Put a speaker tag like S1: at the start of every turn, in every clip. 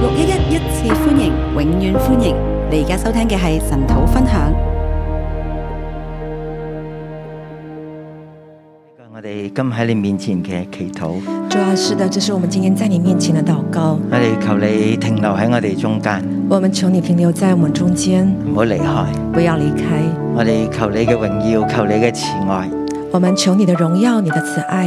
S1: 六一一一次歡迎，永遠歡迎！你而家收聽嘅係神土分享。
S2: 我哋今喺你面前嘅祈禱，
S3: 主啊，是的，这是我们今天在你面前的祷告。
S2: 我哋求你停留喺我哋中間，
S3: 我们求你停留在我们中间，
S2: 唔好離開。
S3: 不要离开。
S2: 我哋求你嘅榮耀，求你嘅慈愛，
S3: 我们求你的榮耀，你的慈愛，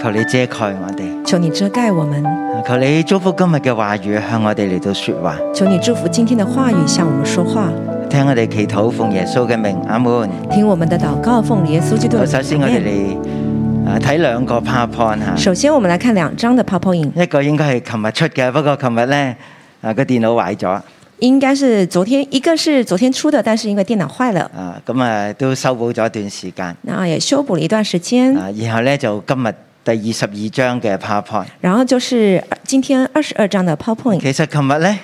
S2: 求你遮蓋我哋。
S3: 求你遮蓋我們，
S2: 求你祝福今日嘅話語向我哋嚟到說話，
S3: 求你祝福今天的話語向我們說話。
S2: 聽我哋祈禱，奉耶穌嘅名，阿門。
S3: 聽我們的禱告，奉耶穌基督
S2: 好
S3: 的
S2: 首先
S3: 名
S2: 我啊哋
S3: Amen
S2: 嚟啊睇兩個 PowerPoint 吓。
S3: 首先，我們來看兩張的 PowerPoint，
S2: 一個應該係琴日出嘅，不過琴日呢，啊個電腦壞咗，
S3: 應該是昨天，一個是昨天出的，但是因為電腦壞了，
S2: 啊咁啊都修補咗一段時間，
S3: 那也修補了一段時間。
S2: 啊然後呢，就今日第二十二章嘅 PowerPoint。
S3: 然後就是今天二十二張的 PowerPoint，
S2: 其實琴日呢，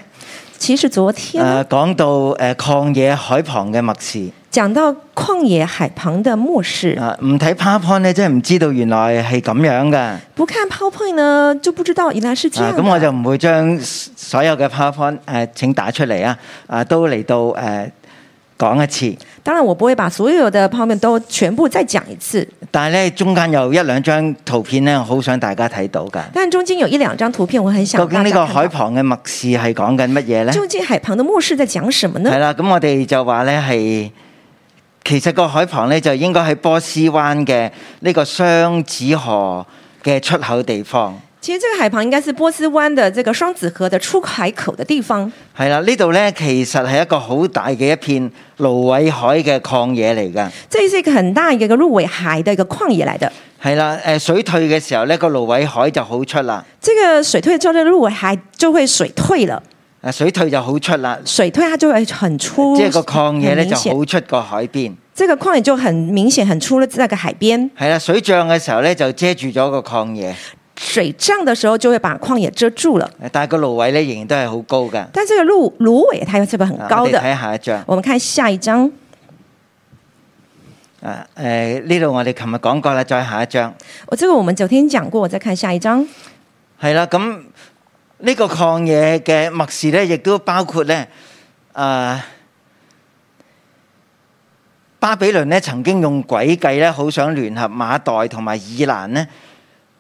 S3: 其實昨
S2: 誒、
S3: 天
S2: 講到誒曠野海旁嘅默示，
S3: 講到曠野海旁的末世，
S2: 啊唔睇 PowerPoint 咧，真係唔知道原來係咁樣噶。啊
S3: 不看 PowerPoint 呢，就不知道原來是這樣的。
S2: 咁我就唔會將所有嘅 PowerPoint 誒、請打出嚟啊，啊都嚟到誒、呃講一次。
S3: 当然，我不會把所有的 PowerPoint 都全部再講一次，
S2: 但係咧，中間有一兩張圖片咧，我好想大家睇到㗎。
S3: 但中間有一兩張圖片，我很想
S2: 究竟呢個
S3: 大家看到
S2: 海旁嘅默示係講緊乜嘢呢？
S3: 究竟海旁的末世在講什麼
S2: 係
S3: 呢？
S2: 啦，咁我哋就話咧係，其實個海旁咧就應該喺波斯灣嘅呢個雙子河嘅出口地方。
S3: 其實這個海旁應該是波斯灣的這個雙子河的出海口的地方。
S2: 係啦，呢度咧其實係一個好大嘅一片蘆葦海嘅曠野嚟㗎。
S3: 這是一個很大一個入尾海的一個曠野來的。
S2: 係啦，誒水退嘅時候咧，個蘆葦海就好出啦。
S3: 這個水退之後，這個入尾海就會水退了，
S2: 誒水退就好出啦，
S3: 水退它就會很粗，
S2: 即係個曠野咧
S3: 很
S2: 就
S3: 明顯
S2: 好出個海邊。
S3: 這個曠野就很明顯很粗了，在那個海邊。
S2: 係啦，水漲嘅時候咧就遮住咗個曠野，
S3: 水漲的時候就會把曠野遮住了。
S2: 誒但係個蘆葦咧仍然都係好高㗎。
S3: 但這個蘆蘆葦它又是不是很
S2: 啊
S3: 高
S2: 我哋
S3: 的？
S2: 睇下一張。
S3: 我們看下一章，
S2: 啊誒呢度我哋琴日講過啦，再下一張
S3: 我哦這個我們昨天講過，我再看下一章。
S2: 係啦。咁呢個曠野嘅默示咧，亦都包括咧啊巴比倫咧曾經用詭計咧，好想聯合馬代同埋以蘭咧，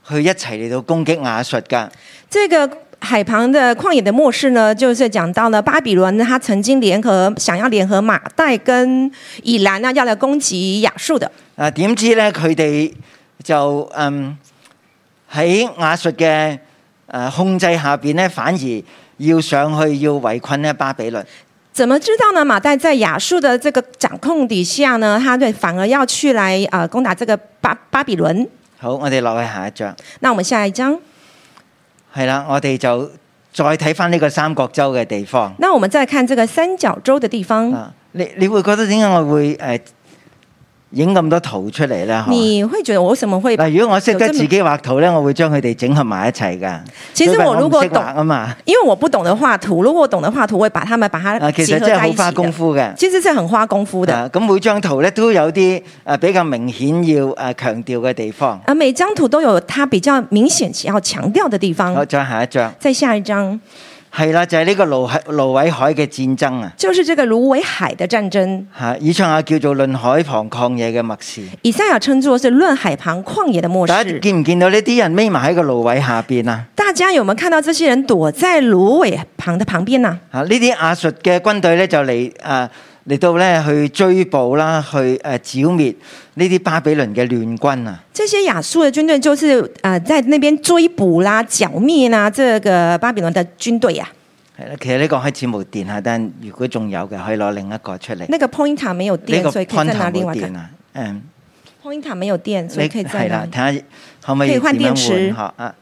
S2: 去一齊嚟到攻擊亞述㗎。
S3: 這個海旁的曠野的末世呢，就是講到了巴比倫，他曾經聯合想要聯合馬代跟以蘭呢，要來攻擊亞述的。
S2: 啊點知咧佢哋就嗯喺亞述嘅誒控制下邊咧，反而要上去要圍困咧巴比倫。
S3: 怎麼知道呢？馬代在亞述的這個掌控底下呢，他對反而要去來呃攻打這個巴巴比倫。
S2: 好，我哋落去下一章。
S3: 那我們下一章，
S2: 係啦，我哋就再睇翻呢個三角洲嘅地方。
S3: 那我們再看這個三角洲的地方，
S2: 啊，你你會覺得點解我會誒影咁多圖出嚟呢？嗬
S3: 你會覺得我為什麼會？
S2: 嗱，如果我識得自己畫圖呢，我會將佢哋整合埋一齊㗎。
S3: 其實我如果
S2: 因為唔識畫
S3: 懂
S2: 啊嘛，
S3: 因為我不懂得畫圖，如果我懂得畫圖，我會把它們把它
S2: 啊，其
S3: 結
S2: 實
S3: 合
S2: 真係
S3: 在一
S2: 好
S3: 起的
S2: 花功夫嘅。
S3: 其實是很花功夫的。
S2: 啊，咁每張圖呢都有啲誒比較明顯要誒強調嘅地方。
S3: 而啊每張圖都有它比較明顯要強調的地
S2: 好，
S3: 方。
S2: 再下一張。
S3: 再下一張
S2: 係啦，就係呢個蘆海蘆葦海嘅戰爭啊！
S3: 就是這個蘆葦海的戰爭，
S2: 嚇，以賽亞叫做論海旁曠野嘅默示。
S3: 以賽亞稱作是論海旁曠野的末
S2: 大家
S3: 世。
S2: 見唔見到呢啲人匿埋喺個蘆葦下邊啊？
S3: 大家有沒有看到這些人躲在蘆葦旁的旁邊呢、
S2: 啊，呢啲亞述嘅軍隊咧就嚟啊嚟到咧去追捕啦，去誒呃剿滅呢啲巴比倫嘅亂軍啊！
S3: 這些亞述的軍隊就是呃在那邊追捕啦、剿滅啦這個巴比倫的啊軍隊呀、
S2: 係啦，其實呢個開始冇電啊，但如果仲有嘅，可以攞另一個出嚟。
S3: 那個 pointer 沒有
S2: 呢
S3: 電，
S2: 個
S3: 所以可以
S2: point
S3: 再拿另
S2: 冇
S3: 外一個
S2: 電啊，誒，
S3: pointer 沒有電，嗯所以
S2: 你
S3: 可以再
S2: 係
S3: 拿
S2: 啦，。睇下可唔可以
S3: 可以
S2: 點
S3: 換電
S2: 樣
S3: 池
S2: 換嚇啊？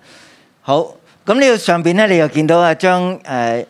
S2: 好，咁呢度上邊咧，你又見到啊，將誒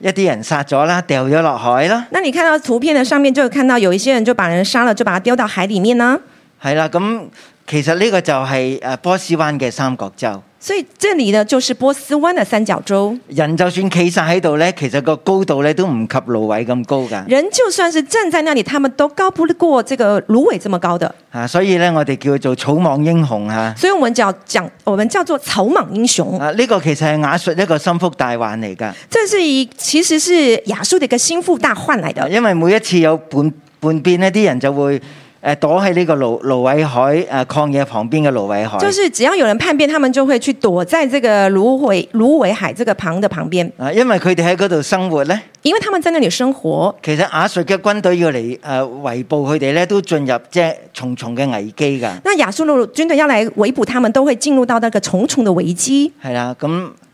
S2: 一啲人殺咗啦，掉咗落海啦。
S3: 那你看到圖片的上面就有看到有一些人就把人殺了，就把他丟到海裡面呢、
S2: 呃係啦，咁其實呢個就係誒波斯灣嘅三角洲。
S3: 所以这里呢，就是波斯湾的三角洲。
S2: 人就算企晒喺度咧，其實個高度咧都唔及蘆葦咁高㗎。
S3: 人就算是站在那里，他们都高不过这个芦苇这么高的，
S2: 啊，所以咧我哋叫佢做草莽英雄嚇。啊，
S3: 所以我们叫讲，我们叫做草莽英雄。
S2: 呢、個其實係亞述一個心腹大患嚟㗎。
S3: 这是一其实是亚述的一个心腹大患来的，
S2: 因為每一次有叛叛變呢啲人就會誒躲喺呢個蘆蘆苇海誒曠野旁邊嘅蘆苇海。
S3: 就是只要有人叛变，他们就会去躲在这个芦苇芦苇海这个旁的旁边，
S2: 啊，因為佢哋喺嗰度生活咧，
S3: 因为他们在那里生活。
S2: 其實亞述嘅軍隊要嚟誒呃圍捕佢哋咧，都進入即係重重嘅危機㗎。
S3: 那亚述的军队要来围捕他们，都会进入到那个重重的危机。
S2: 係啦，咁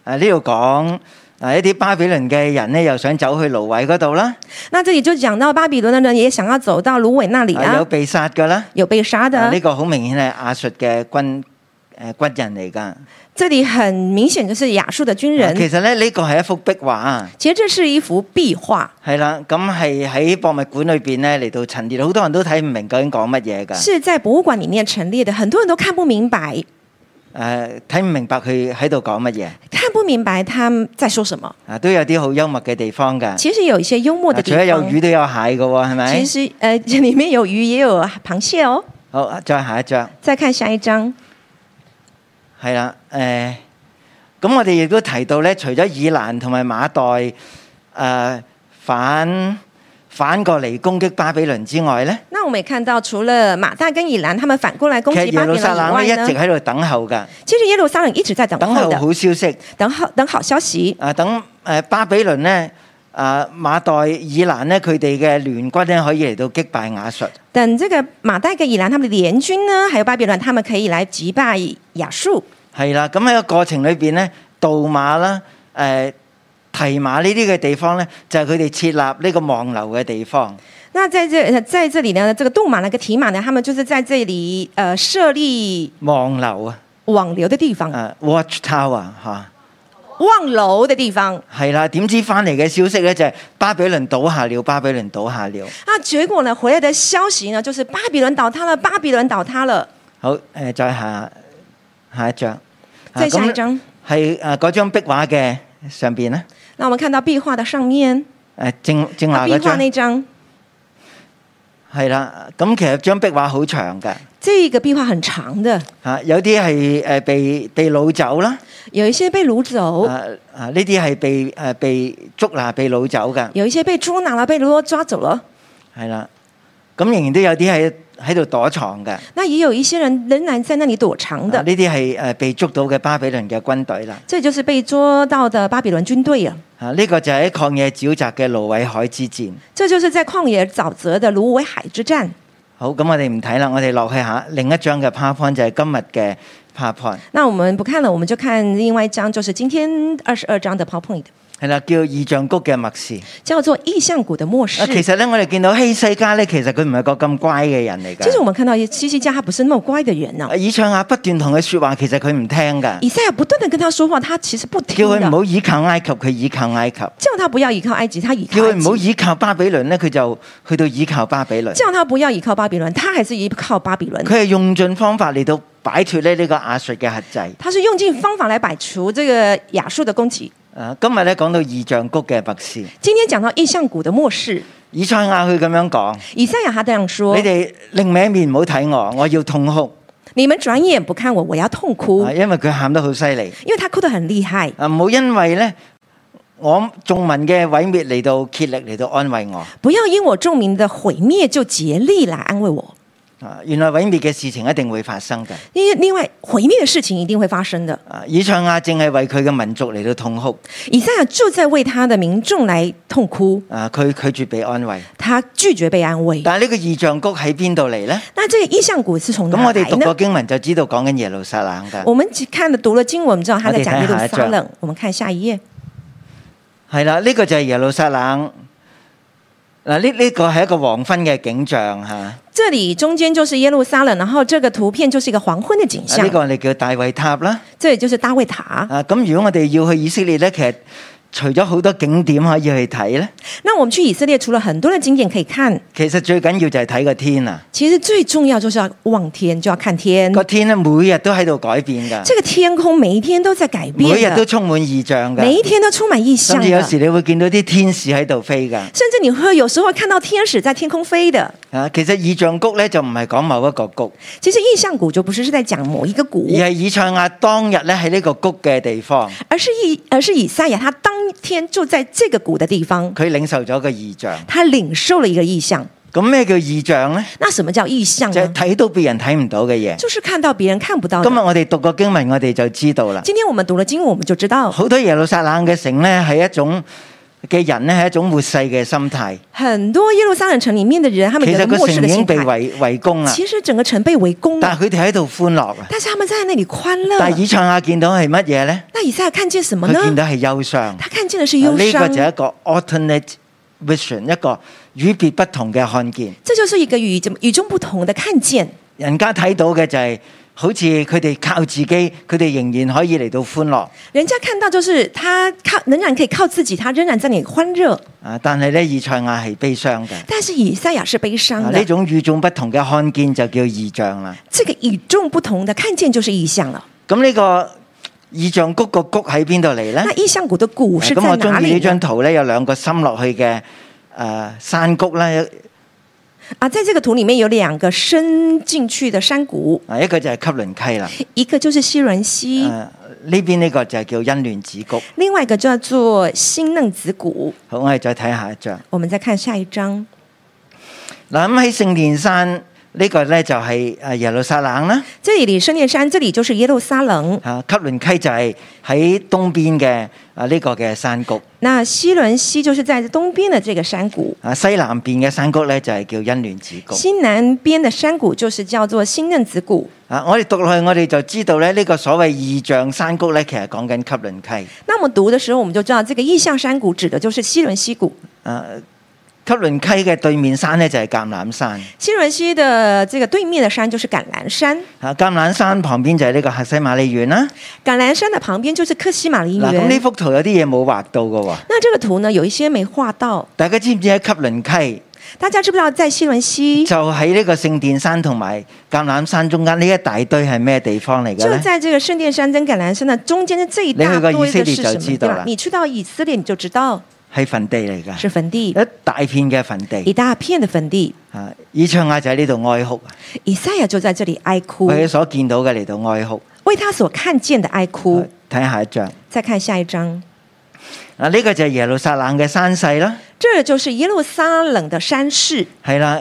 S2: 誒呢度講誒一啲巴比倫嘅人咧，又想走去蘆苇嗰度啦，
S3: 那这里就讲到巴比伦的人也想要走到芦苇那里
S2: 啊有
S3: 啊，
S2: 被殺㗎啦。
S3: 有被杀的。
S2: 啊呢個好明顯係亞述嘅軍誒軍人嚟㗎。
S3: 这里很明显就是亚述的军
S2: 啊
S3: 人。
S2: 其實咧呢個係一幅壁畫啊。
S3: 其实这是一幅壁画，
S2: 係啦，咁係喺博物館裏邊咧嚟到陳列，好多人都睇唔明究竟講乜嘢㗎，誒
S3: 是在博物馆里面陈列的，很多人都看不明白，
S2: 啊睇唔明白佢喺度講乜嘢，
S3: 看不明白他们在说什么。
S2: 啊都有啲好幽默嘅地方㗎，
S3: 其实有一些幽默
S2: 啊
S3: 的
S2: 除
S3: 地
S2: 咗
S3: 方，
S2: 有哎魚都有蟹㗎喎，係咪
S3: 其？实呃，这里面有鱼也有螃蟹哦。
S2: 好，再下一張，
S3: 再看下一张，
S2: 係啦，誒、咁我哋亦都提到咧，除咗以蘭同埋馬代誒、反反過嚟攻擊巴比倫之外咧，
S3: 那我们也看到，除了马大跟以兰他们反过来攻
S2: 其實
S3: 击
S2: 耶
S3: 巴比
S2: 路撒
S3: 伦以
S2: 冷咧一
S3: 外
S2: 直
S3: 呢，
S2: 喺度等候㗎，
S3: 其实耶路撒冷一直在等
S2: 等
S3: 候
S2: 候
S3: 的，
S2: 好消息。
S3: 等好等好消息。
S2: 啊，等誒巴比倫呢，啊馬代以蘭呢，佢哋嘅聯軍呢，可以嚟到擊敗亞述。
S3: 等这个马代跟以兰他们的联军呢，还有巴比伦，他们可以来击败亚述。
S2: 係啦，咁喺個過程裏邊呢，杜馬啦、誒、提馬呢啲嘅地方呢，就係佢哋設立呢個望樓嘅地方。
S3: 那在这在这里呢，这个杜马呢跟提马呢，他们就是在这里呃设立
S2: 望樓啊，
S3: 网流的地方，
S2: 誒呃 watch tower 嚇，
S3: 望楼的地方。
S2: 係啦。點知翻嚟嘅消息呢，就係、巴比倫倒下了，巴比倫倒下了。
S3: 那啊结果呢，回来的消息呢，就是巴比伦倒塌了，巴比伦倒塌了。
S2: 好誒、再下下一張，啊
S3: 再下一
S2: 咁
S3: 张，
S2: 係誒嗰張壁畫嘅上邊呢，
S3: 那我们看到壁画的上面，
S2: 誒正正
S3: 那
S2: 話
S3: 壁
S2: 嗰
S3: 画
S2: 張。
S3: 那张，
S2: 係啦，咁其實張壁畫好長嘅，
S3: 这个壁画很长的，
S2: 嚇有啲係誒被被擄走啦，
S3: 有一些被掳
S2: 啊
S3: 走，
S2: 啊呢啲係被誒被捉拿被擄走嘅，
S3: 有一些被捉拿了，被掳抓走了。
S2: 係啦，咁仍然都有啲喺喺度躲藏嘅，啊
S3: 那也有一些人仍然在那里躲藏
S2: 呢
S3: 的，
S2: 啲係誒被捉到嘅巴比倫嘅軍隊啦，
S3: 这就是被捉到的巴比伦军队呀、
S2: 啊呢個就係喺曠野沼澤嘅蘆苇海之戰。
S3: 这就是在旷野沼泽的芦苇海之战。
S2: 好，咁我哋唔睇啦，我哋落去下另一張嘅 PowerPoint 就係今日嘅 PowerPoint，
S3: 那我们不看了，我们就看另外一张，就是今天二十二章的 PowerPoint，
S2: 係啦，叫異象谷嘅默示。
S3: 叫做意象谷的末世
S2: 啊，。其實咧，我哋見到希西家咧，其實佢唔係個咁乖嘅人嚟㗎。
S3: 其实我们看到西西家他不是那么乖的人呢、啊
S2: 以唱亞不斷同佢說話，其實佢唔聽㗎，
S3: 以赛亚不断的跟他说话，他其实不
S2: 叫
S3: 听
S2: 佢唔
S3: 的，
S2: 好倚靠埃及，佢倚靠埃及；
S3: 叫他不要依靠埃及，他依
S2: 叫
S3: 靠埃
S2: 佢唔好
S3: 及；
S2: 倚靠巴比倫咧，佢就去到倚靠巴比倫。
S3: 叫他不要依靠巴比伦，他还是依靠巴比伦。
S2: 佢係用盡方法嚟到擺脱咧呢個亞述嘅核制。
S3: 他是用尽方法来摆除这个亚述的攻击。
S2: 啊，今日咧講到異象谷嘅默示，
S3: 今天讲到意象谷的末世，
S2: 以賽亞佢咁樣講：
S3: 以赛亚他这样说
S2: 你哋另歪面唔好睇我，我要痛哭，：“
S3: 你们转眼不看我，我要痛哭
S2: 啊，因為佢喊得好犀利。
S3: 因为他哭得很厉害。
S2: 啊，唔好因為咧我眾民嘅毀滅嚟到竭力嚟到安慰我。
S3: 不要因我众民的毁灭就竭力来安慰我，
S2: 啊，原來毀滅嘅事情一定會發生嘅。
S3: 因为另外毁灭的事情一定会发生的。
S2: 啊以賽亞正係為佢嘅民族嚟到痛哭，
S3: 以赛亚就在为他的民众来痛哭，
S2: 啊，佢拒絕被安慰。
S3: 他拒绝被安慰。
S2: 但係呢個異象谷喺邊度嚟呢？
S3: 那这个意象谷是从
S2: 咁
S3: 哪
S2: 我哋
S3: 来
S2: 讀過
S3: 呢？
S2: 經文就知道講緊耶路撒冷㗎。
S3: 我们只看了读了经文，我们知道他在讲耶路
S2: 啊我哋睇下
S3: 撒
S2: 一
S3: 冷。我们看下一页，
S2: 係啦，呢、個就係耶路撒冷。嗱，呢呢個係一個黃昏嘅景象嚇，啊
S3: 这里中间就是耶路撒冷，然后这个图片就是一个黄昏的景
S2: 啊
S3: 象
S2: 呢、個，我哋叫大衛塔啦。
S3: 这也就是大卫塔。
S2: 啊，咁如果我哋要去以色列呢，其實除咗好多景點可以去睇呢？
S3: 那我们去以色列，除了很多的景点可以看，
S2: 其實最緊要就係睇個天啊！
S3: 其实最重要就是要望天，就要看天。
S2: 個天咧每日都喺度改變㗎，
S3: 这个天空每一天都在改变
S2: 每日都
S3: 的，
S2: 充滿異象
S3: 每一
S2: 㗎，
S3: 天都充满异象
S2: 甚至有
S3: 的，
S2: 時你會見到啲天使喺度飛㗎。
S3: 甚至你会有时候会看到天使在天空飞的。
S2: 啊，其實異象谷咧就唔係講某一個谷，
S3: 其实意象谷就不是是在讲某一个谷
S2: 而，係以賽亞當日咧喺呢個谷嘅地方，
S3: 而是以而是以赛亚他当天就在这个谷的地方，
S2: 佢領受咗個異象。
S3: 他领受了一个意象。
S2: 咁咩叫異象呢？
S3: 那什么叫意象
S2: 就係
S3: 呢？
S2: 睇到別人睇唔到嘅嘢。
S3: 就是看到别人看不到
S2: 今日
S3: 的。
S2: 我哋讀過經文，我哋就知道啦。
S3: 今天我们读了经文，我们就知道
S2: 好多耶路撒冷嘅城咧係一種嘅人咧係一種活世嘅心態。
S3: 很多耶路撒冷城里面的人，他们
S2: 其
S3: 有
S2: 實
S3: 个
S2: 個
S3: 漠
S2: 城
S3: 视
S2: 已
S3: 的
S2: 經
S3: 心
S2: 被
S3: 态。
S2: 圍圍攻啦，
S3: 其实整个城被围攻
S2: 但
S3: 了，
S2: 係佢哋喺度歡樂啊。
S3: 但是他们在那里欢乐。
S2: 但係以賽亞見到係乜嘢呢？
S3: 那以赛亚看见什么
S2: 佢見
S3: 呢？
S2: 到係憂傷。啊
S3: 他看见的是忧
S2: 呢個
S3: 伤，
S2: 就係一個 alternate vision，一個與別不同嘅看見。
S3: 这就是一个与与众不同的看见。
S2: 人家睇到嘅就係好似佢哋靠自己，佢哋仍然可以嚟到歡樂
S3: 人家看到就是他靠仍然可以靠自己，他仍然在那里欢乐，
S2: 啊！但係咧，以賽亞係悲傷嘅。
S3: 但是以赛亚是悲伤
S2: 啊
S3: 的。
S2: 呢種與眾不同嘅看見就叫異象啦。
S3: 这个与众不同的看见就是意象了。
S2: 咁呢個異象谷個谷喺邊度嚟呢？
S3: 那意象谷的谷是
S2: 咁啊我
S3: 在
S2: 中
S3: 哪
S2: 意
S3: 里
S2: 呢
S3: 呢？
S2: 張圖咧，有兩個深落去嘅誒山谷啦，一
S3: 啊，在这个图里面有两个伸进去的山谷，
S2: 啊一個就係吸倫溪啦。
S3: 一个就是西伦溪，
S2: 誒呢邊呢個就係叫欣嫩子谷。
S3: 另外一个叫做新嫩子谷。
S2: 好，我哋再睇下一張。
S3: 我们再看下一章。
S2: 嗱，咁喺聖殿山呢個咧就係誒耶路撒冷啦，
S3: 这里离圣殿山，这里就是耶路撒冷。
S2: 嚇吸倫溪就係喺東邊嘅啊呢個嘅山谷，
S3: 那西伦溪就是在东边的这个山谷，
S2: 啊西南邊嘅山谷咧就係叫欣嫩子谷。
S3: 西南边的山谷就是叫做新嫩子谷。
S2: 啊，我哋讀落去我哋就知道咧呢個所謂異象山谷咧，其實講緊吸倫溪。
S3: 那我们读的时候，我们就知道这个意象山谷指的就是西伦溪谷。
S2: 啊，吸倫溪嘅對面山咧就係橄欖山，
S3: 西伦溪的这个对面的山就是橄榄山，
S2: 啊橄欖山旁邊就係呢個客西馬利園啦。
S3: 橄榄山的旁边就是克西玛丽
S2: 嗱，咁呢
S3: 园。
S2: 幅圖有啲嘢冇畫到嘅喎，
S3: 那这个圖呢，有一些没画到，
S2: 大家知唔知喺吸倫溪？
S3: 大家知不知道在西伦溪？
S2: 就喺呢個聖殿山同埋橄欖山中間呢一大堆係咩地方嚟嘅
S3: 就
S2: 呢？
S3: 在这个圣殿山跟橄榄山的中间的这一大
S2: 你去过以色
S3: 堆的
S2: 列
S3: 是什
S2: 就
S3: 么
S2: 知
S3: 地
S2: 道了
S3: 方？你去到以色列，你就知道
S2: 係墳地嚟㗎，
S3: 是墳地，
S2: 一大片嘅墳
S3: 一
S2: 地。
S3: 大片的墳地。
S2: 啊，以賽亞就喺呢度哀哭，
S3: 以赛亚就在这里哀哭，
S2: 為佢所見到嘅嚟到哀哭。啊
S3: 为他所看见的哀哭。
S2: 睇下一張，
S3: 再看下一章，
S2: 嗱呢個就係耶路撒冷嘅山勢啦，
S3: 这就是耶路撒冷的山势，
S2: 係啦。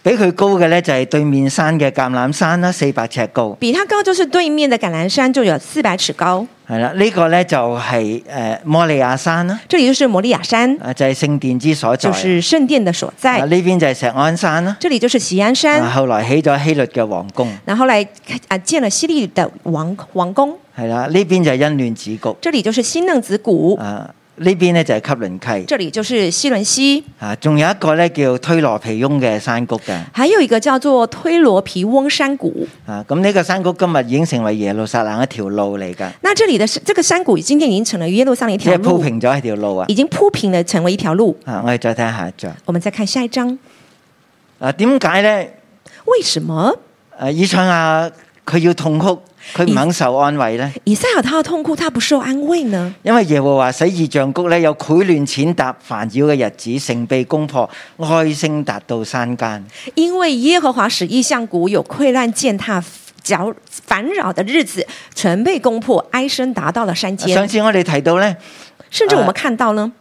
S2: 比佢高嘅呢就係對面山嘅橄欖山啦，四百尺高。
S3: 比它高就是对面的橄榄山就有四百尺高，
S2: 係啦，呢、個呢就係誒摩利亞山啦，
S3: 这里就是摩利亚山，
S2: 啊就係聖殿之所在。
S3: 就是圣殿的所
S2: 啊
S3: 在，
S2: 呢邊就係石安山啦，
S3: 这里就是喜安山
S2: 啊。後來起咗希律嘅皇宮。
S3: 然后来啊建了西利的王王宫，
S2: 係啦，呢邊就係欣嫩子谷，
S3: 这里就是新嫩子谷，
S2: 啊呢邊咧就係吸倫溪，
S3: 这里就是西伦溪，
S2: 啊仲有一個咧叫推羅皮翁嘅山谷嘅，
S3: 还有一个叫做推罗皮翁山谷。
S2: 啊咁呢個山谷今日已經成為耶路撒冷一條路嚟㗎，
S3: 那这里的是這个山谷今天已经成了耶路撒冷一
S2: 即
S3: 条
S2: 係鋪
S3: 路，
S2: 平咗一條路啊！
S3: 已经铺平了成为一条路。
S2: 啊，我哋再睇下一張。
S3: 我们再看下一章，
S2: 啊點解咧？
S3: 为什么
S2: 誒呃以賽亞佢要痛哭，佢唔肯受安慰咧，
S3: 以赛亚他的痛哭他不受安慰呢？
S2: 因為耶和華使異象谷咧有潰亂踐踏煩擾嘅日子，城被攻破，哀聲達到山間。
S3: 因为耶和华使异象谷有溃烂践踏。搅烦扰的日子全被攻破，哀声达到了山
S2: 上
S3: 间。
S2: 次我哋提到咧。
S3: 甚至我们看到呢，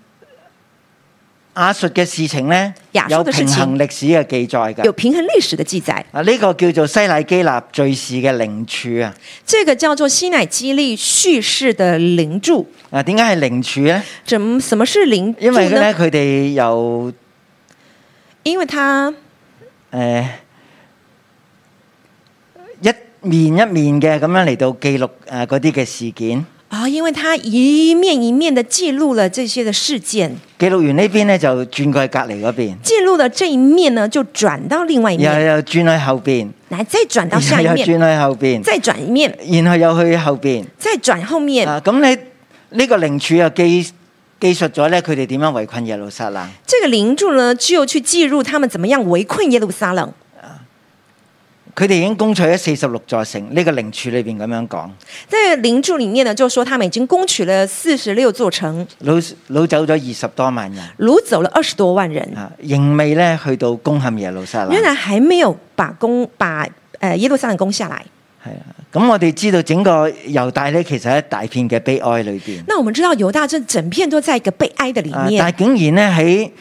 S2: 亞述嘅事情呢，
S3: 亞
S2: 有
S3: 述嘅事
S2: 平
S3: 情
S2: 衡歷史嘅記載
S3: 有
S2: 㗎。
S3: 平衡历史的记载。
S2: 啊，呢個叫做西乃基納敘事嘅靈柱啊！
S3: 这个叫做西乃基利叙事的灵柱。
S2: 啊，點解係靈柱呢？
S3: 怎么什么是灵柱
S2: 因為
S3: 呢？
S2: 咧，佢哋由
S3: 因为它
S2: 誒呃一面一面嘅咁樣嚟到記錄誒嗰啲嘅事件。
S3: 啊、因为它一面一面的记录了这些的事件，
S2: 記錄完呢邊呢，就轉過去隔離嗰邊，
S3: 记录了这一面呢，就转到另外一
S2: 然後
S3: 面，
S2: 又轉去後邊，
S3: 来再转到
S2: 然後
S3: 下一
S2: 又轉
S3: 面，
S2: 去後邊，
S3: 再转一面，
S2: 然後又去後邊。
S3: 再转后面。
S2: 啊，咁你呢個靈柱又記記述咗咧佢哋點樣圍困耶路撒冷。
S3: 这个灵柱呢，就去记录他们怎么样围困耶路撒冷。
S2: 佢哋已經攻取咗四十六座城，呢、個靈柱裏邊咁樣講，
S3: 在灵柱里面呢，就说他们已经攻取了四十六座城，
S2: 掳掳走咗二十多萬人，
S3: 掳走了二十多万人，
S2: 啊，仍未咧去到攻陷耶路撒冷
S3: 仍。然还没有把攻把呃耶路撒冷攻下来。
S2: 係啊，咁我哋知道整個猶大咧，其實喺一大片嘅悲哀裏邊。
S3: 那我们知道犹大这整片都在一个悲哀的里
S2: 啊
S3: 面。
S2: 但係竟然咧喺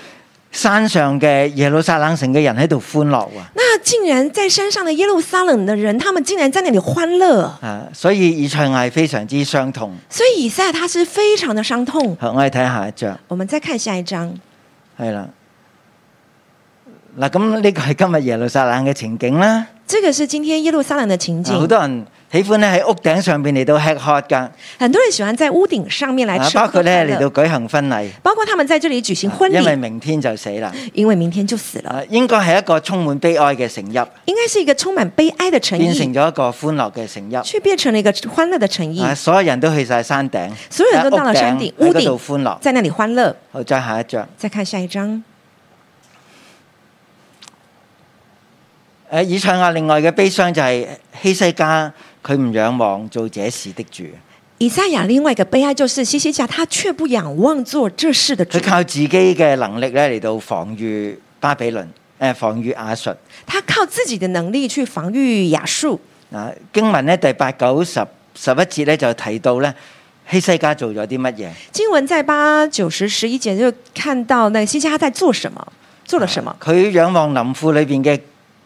S2: 山上嘅耶路撒冷城嘅人喺度歡樂喎。
S3: 那竟然在山上的耶路撒冷的人，他们竟然在那里欢乐，
S2: 啊，所以以賽亞非常之傷痛。
S3: 所以以赛亚他是非常的伤痛。
S2: 好，我哋睇下一章，
S3: 我们再看下一章，
S2: 係啦。嗱，咁呢個係今日耶路撒冷嘅情景啦。啊
S3: 这个是今天耶路撒冷的情景。
S2: 好多人喜歡咧喺屋頂上邊嚟到吃喝㗎，
S3: 很多人喜欢在屋頂上面来
S2: 啊
S3: 吃
S2: 包
S3: 喝
S2: 括咧
S3: 快
S2: 嚟到
S3: 乐，
S2: 舉行婚禮，啊
S3: 包括他们在这里举行婚
S2: 因為
S3: 礼，
S2: 明天就死啦。
S3: 因为明天就死了，
S2: 啊，應該係一個充滿悲哀嘅城邑，
S3: 应该是一个充满悲哀的诚
S2: 變成
S3: 意，
S2: 咗一個歡樂嘅城邑。
S3: 却變成了一个欢乐的诚意，
S2: 啊！所有人都去晒山頂，
S3: 所有人都到了山頂
S2: 喺屋
S3: 屋
S2: 頂
S3: 頂
S2: 喺嗰度歡樂。
S3: 在那里欢乐。
S2: 好，再下一章。
S3: 再看下一章，
S2: 誒，以賽亞另外嘅悲傷就係希西家佢唔仰望做這事的主，
S3: 以赛亚另外一个悲哀就是西西家他却不仰望做这事的主
S2: 佢，靠自己嘅能力咧嚟到防禦巴比倫，誒、防禦亞述。
S3: 他靠自己的能力去防御亚述。
S2: 啊，經文咧第八九十十一節咧就提到咧希西家做咗啲乜嘢，
S3: 经文在八九十十一节就看到那个西西家在做什么，做了什么。
S2: 佢仰望林庫裏邊嘅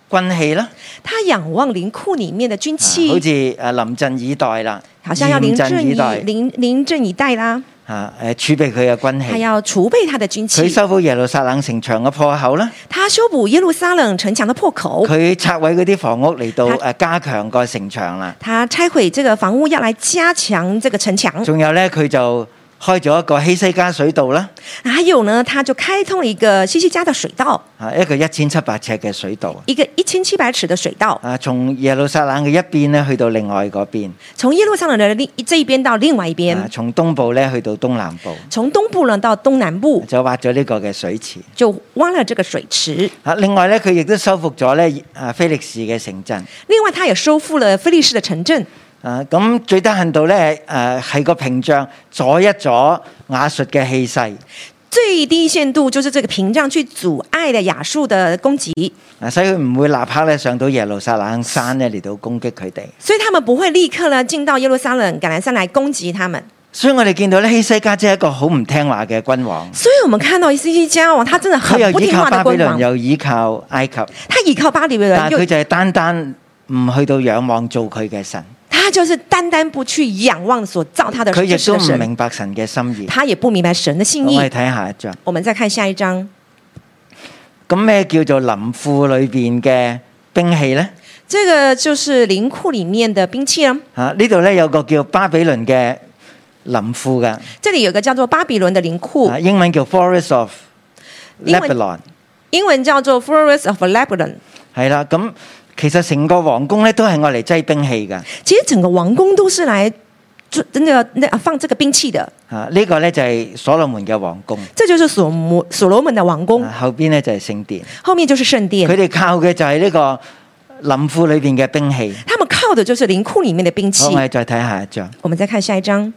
S2: 軍器啦，
S3: 他仰望林库里面的軍
S2: 啊好似
S3: 器，
S2: 誒臨陣以待啦，
S3: 好像要
S2: 嚴陣
S3: 临阵
S2: 以
S3: 以
S2: 待
S3: 临临阵以待啦。
S2: 啊，誒儲備佢嘅軍
S3: 他
S2: 器，
S3: 要储备他的军器
S2: 佢，修補耶路撒冷城牆嘅破口啦，
S3: 他修补耶路撒冷城墙的破口，
S2: 佢拆毀嗰啲房屋嚟到
S3: 佢
S2: 誒加強個城牆啦。
S3: 他拆毁这个房屋，要来加强这个城墙。
S2: 仲有咧，佢就開咗一個希西加水道啦，
S3: 还有呢，他就开通了一个西西家的水道，
S2: 啊，一個一千七百尺嘅水道，
S3: 一个一千七百尺的水道，
S2: 啊，從耶路撒冷嘅一邊咧去到另外嗰邊，
S3: 从耶路撒冷的另这一边到另外一
S2: 啊，
S3: 边，
S2: 從東部咧去到東南部，
S3: 从东部呢到东南部，
S2: 就挖咗呢個嘅水池。
S3: 就挖了这个水池。
S2: 啊，另外咧，佢亦都收復咗咧啊菲力士嘅城鎮。
S3: 另外，他也收复了菲利士的城镇，
S2: 啊，咁最低限度咧，誒係個屏障阻一阻亞述嘅氣勢。
S3: 最低限度就是这个屏障去阻碍了亚述的攻击，
S2: 啊，所以佢唔會立刻咧上到耶路撒冷山咧嚟到攻擊佢哋。
S3: 所以他们不会立刻呢进到耶路撒冷、橄榄山来攻击他们。
S2: 所以我哋見到咧，希西家真係一個好唔聽話嘅君王。
S3: 所以我们看到西西家王，他真的
S2: 佢
S3: 很
S2: 又
S3: 不
S2: 哎依
S3: 听
S2: 靠
S3: 话
S2: 巴比
S3: 的君
S2: 倫，
S3: 王，
S2: 又依靠埃及，
S3: 他依靠巴比
S2: 但
S3: 伦，
S2: 係佢
S3: 又
S2: 就係單單唔去到仰望做佢嘅神，
S3: 他就是单单不去仰望所造他的
S2: 佢亦
S3: 这
S2: 都
S3: 个
S2: 唔
S3: 神，
S2: 明白神嘅心意。
S3: 他也不明白神的
S2: 咁
S3: 心
S2: 我
S3: 意
S2: 哋。睇下一章，
S3: 我们再看下一章，
S2: 咁咩叫做林庫裏邊嘅兵器呢？
S3: 这个就是林库里面的兵器哦了。
S2: 啊，呢度咧有個叫巴比倫嘅林庫嘅，
S3: 这里有个叫做巴比伦的林库
S2: 啊，英文叫 Forest of
S3: 英文
S2: Lebanon，
S3: 英文叫做 Forest of Lebanon。
S2: 係啦。咁其實成個皇宮咧都係我嚟擠兵器嘅。
S3: 其实整个王宫都是来做那个那啊放这个兵器的。
S2: 啊，呢個咧就係所羅門嘅皇宮，
S3: 这就是所摩所罗门的王宫
S2: 啊，後邊咧就係聖殿。
S3: 后面就是圣殿
S2: 佢。哋靠嘅就係呢個林庫裏邊嘅兵器。
S3: 他们靠的就是林库里面的兵器
S2: 好，。我哋再睇下一章，
S3: 我们再看下一章，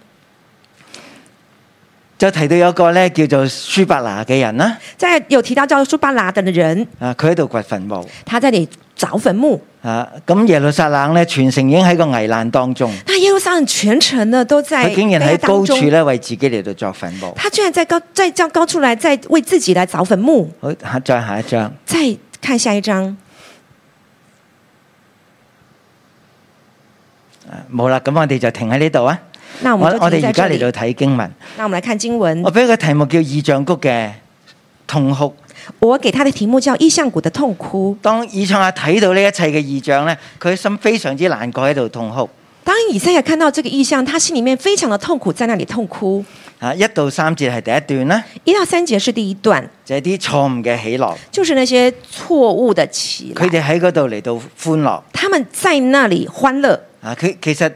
S2: 就提到有個咧叫做舒伯拿嘅人啦，
S3: 在有提到叫苏巴拿的人，
S2: 啊，佢喺度掘墳墓，
S3: 他在那里凿坟墓。
S2: 啊，咁耶路撒冷咧全城已經喺個危難當中，
S3: 那耶路撒冷全城呢都在
S2: 佢竟然
S3: 悲哀
S2: 喺
S3: 当
S2: 高處
S3: 中，
S2: 咧為自己嚟到作墳墓。
S3: 他居然在高在这样高处来，在为自己来凿坟墓。
S2: 好，下再下一章，
S3: 再看下一章，
S2: 啊冇啦，咁我哋就停喺呢度啊。
S3: 那我
S2: 我
S3: 们就
S2: 我哋
S3: 停
S2: 而
S3: 在
S2: 家
S3: 这
S2: 嚟嗯
S3: 里。
S2: 到睇經文，
S3: 那我们来看经文
S2: 我，俾個題目叫異象谷嘅痛哭。
S3: 我给他的题目叫《意象谷的痛哭》。
S2: 當以賽亞睇到呢一切嘅異象咧，佢心非常之難過喺度痛哭。
S3: 当以赛亚看到这个意象，他心里面非常的痛苦，在那里痛哭。
S2: 啊，一到三節係第一段啦，
S3: 一到三节是第一段，
S2: 就係啲錯誤嘅喜樂。
S3: 就是那些错误的起
S2: 佢
S3: 来，
S2: 哋喺嗰度嚟到歡樂
S3: 他們在那里欢乐。
S2: 啊！佢其實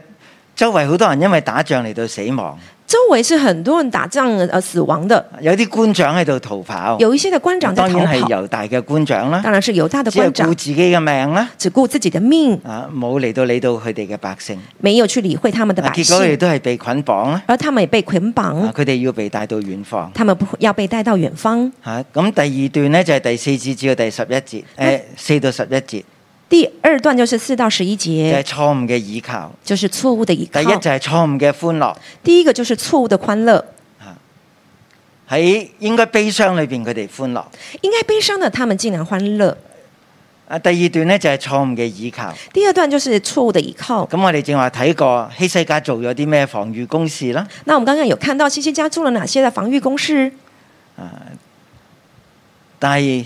S2: 周圍好多人因為打仗嚟到死亡
S3: 周围是很多人打仗呃死亡的，
S2: 有啲官長喺度逃跑，
S3: 有一些的官长在
S2: 當
S3: 逃
S2: 然啊係
S3: 跑，
S2: 猶大嘅官長啦，
S3: 当然是犹大的
S2: 只係
S3: 官
S2: 顧
S3: 长
S2: 自己嘅命啦，
S3: 只顾自己的命，
S2: 啊冇嚟到理到佢哋嘅百姓，
S3: 没有去理会他们的
S2: 啊
S3: 百
S2: 結果佢哋
S3: 姓，嗯
S2: 都係被捆綁啦，
S3: 而他们也被捆
S2: 啊
S3: 绑，
S2: 佢哋要被帶到遠方。
S3: 他们不要被带到远方。
S2: 吓咁第二段咧就係第四節至到第十一節，诶
S3: 嗯
S2: 四到十一節
S3: 第二段就是四到十一
S2: 就係
S3: 节，
S2: 錯誤嘅倚靠。
S3: 就是错误的依
S2: 第
S3: 靠
S2: 一。就係錯誤嘅歡樂，
S3: 第一个就是错误的欢乐，
S2: 喺應該悲傷裏边佢哋歡樂。
S3: 应该悲伤的他们竟然欢乐。
S2: 啊，第二段咧就係錯誤嘅倚靠。
S3: 第二段就是错误的依靠。
S2: 咁我哋正話睇過希西家做咗啲咩防御工事啦。
S3: 那我们刚刚有看到西西家做了哪些的防御工事？
S2: 但係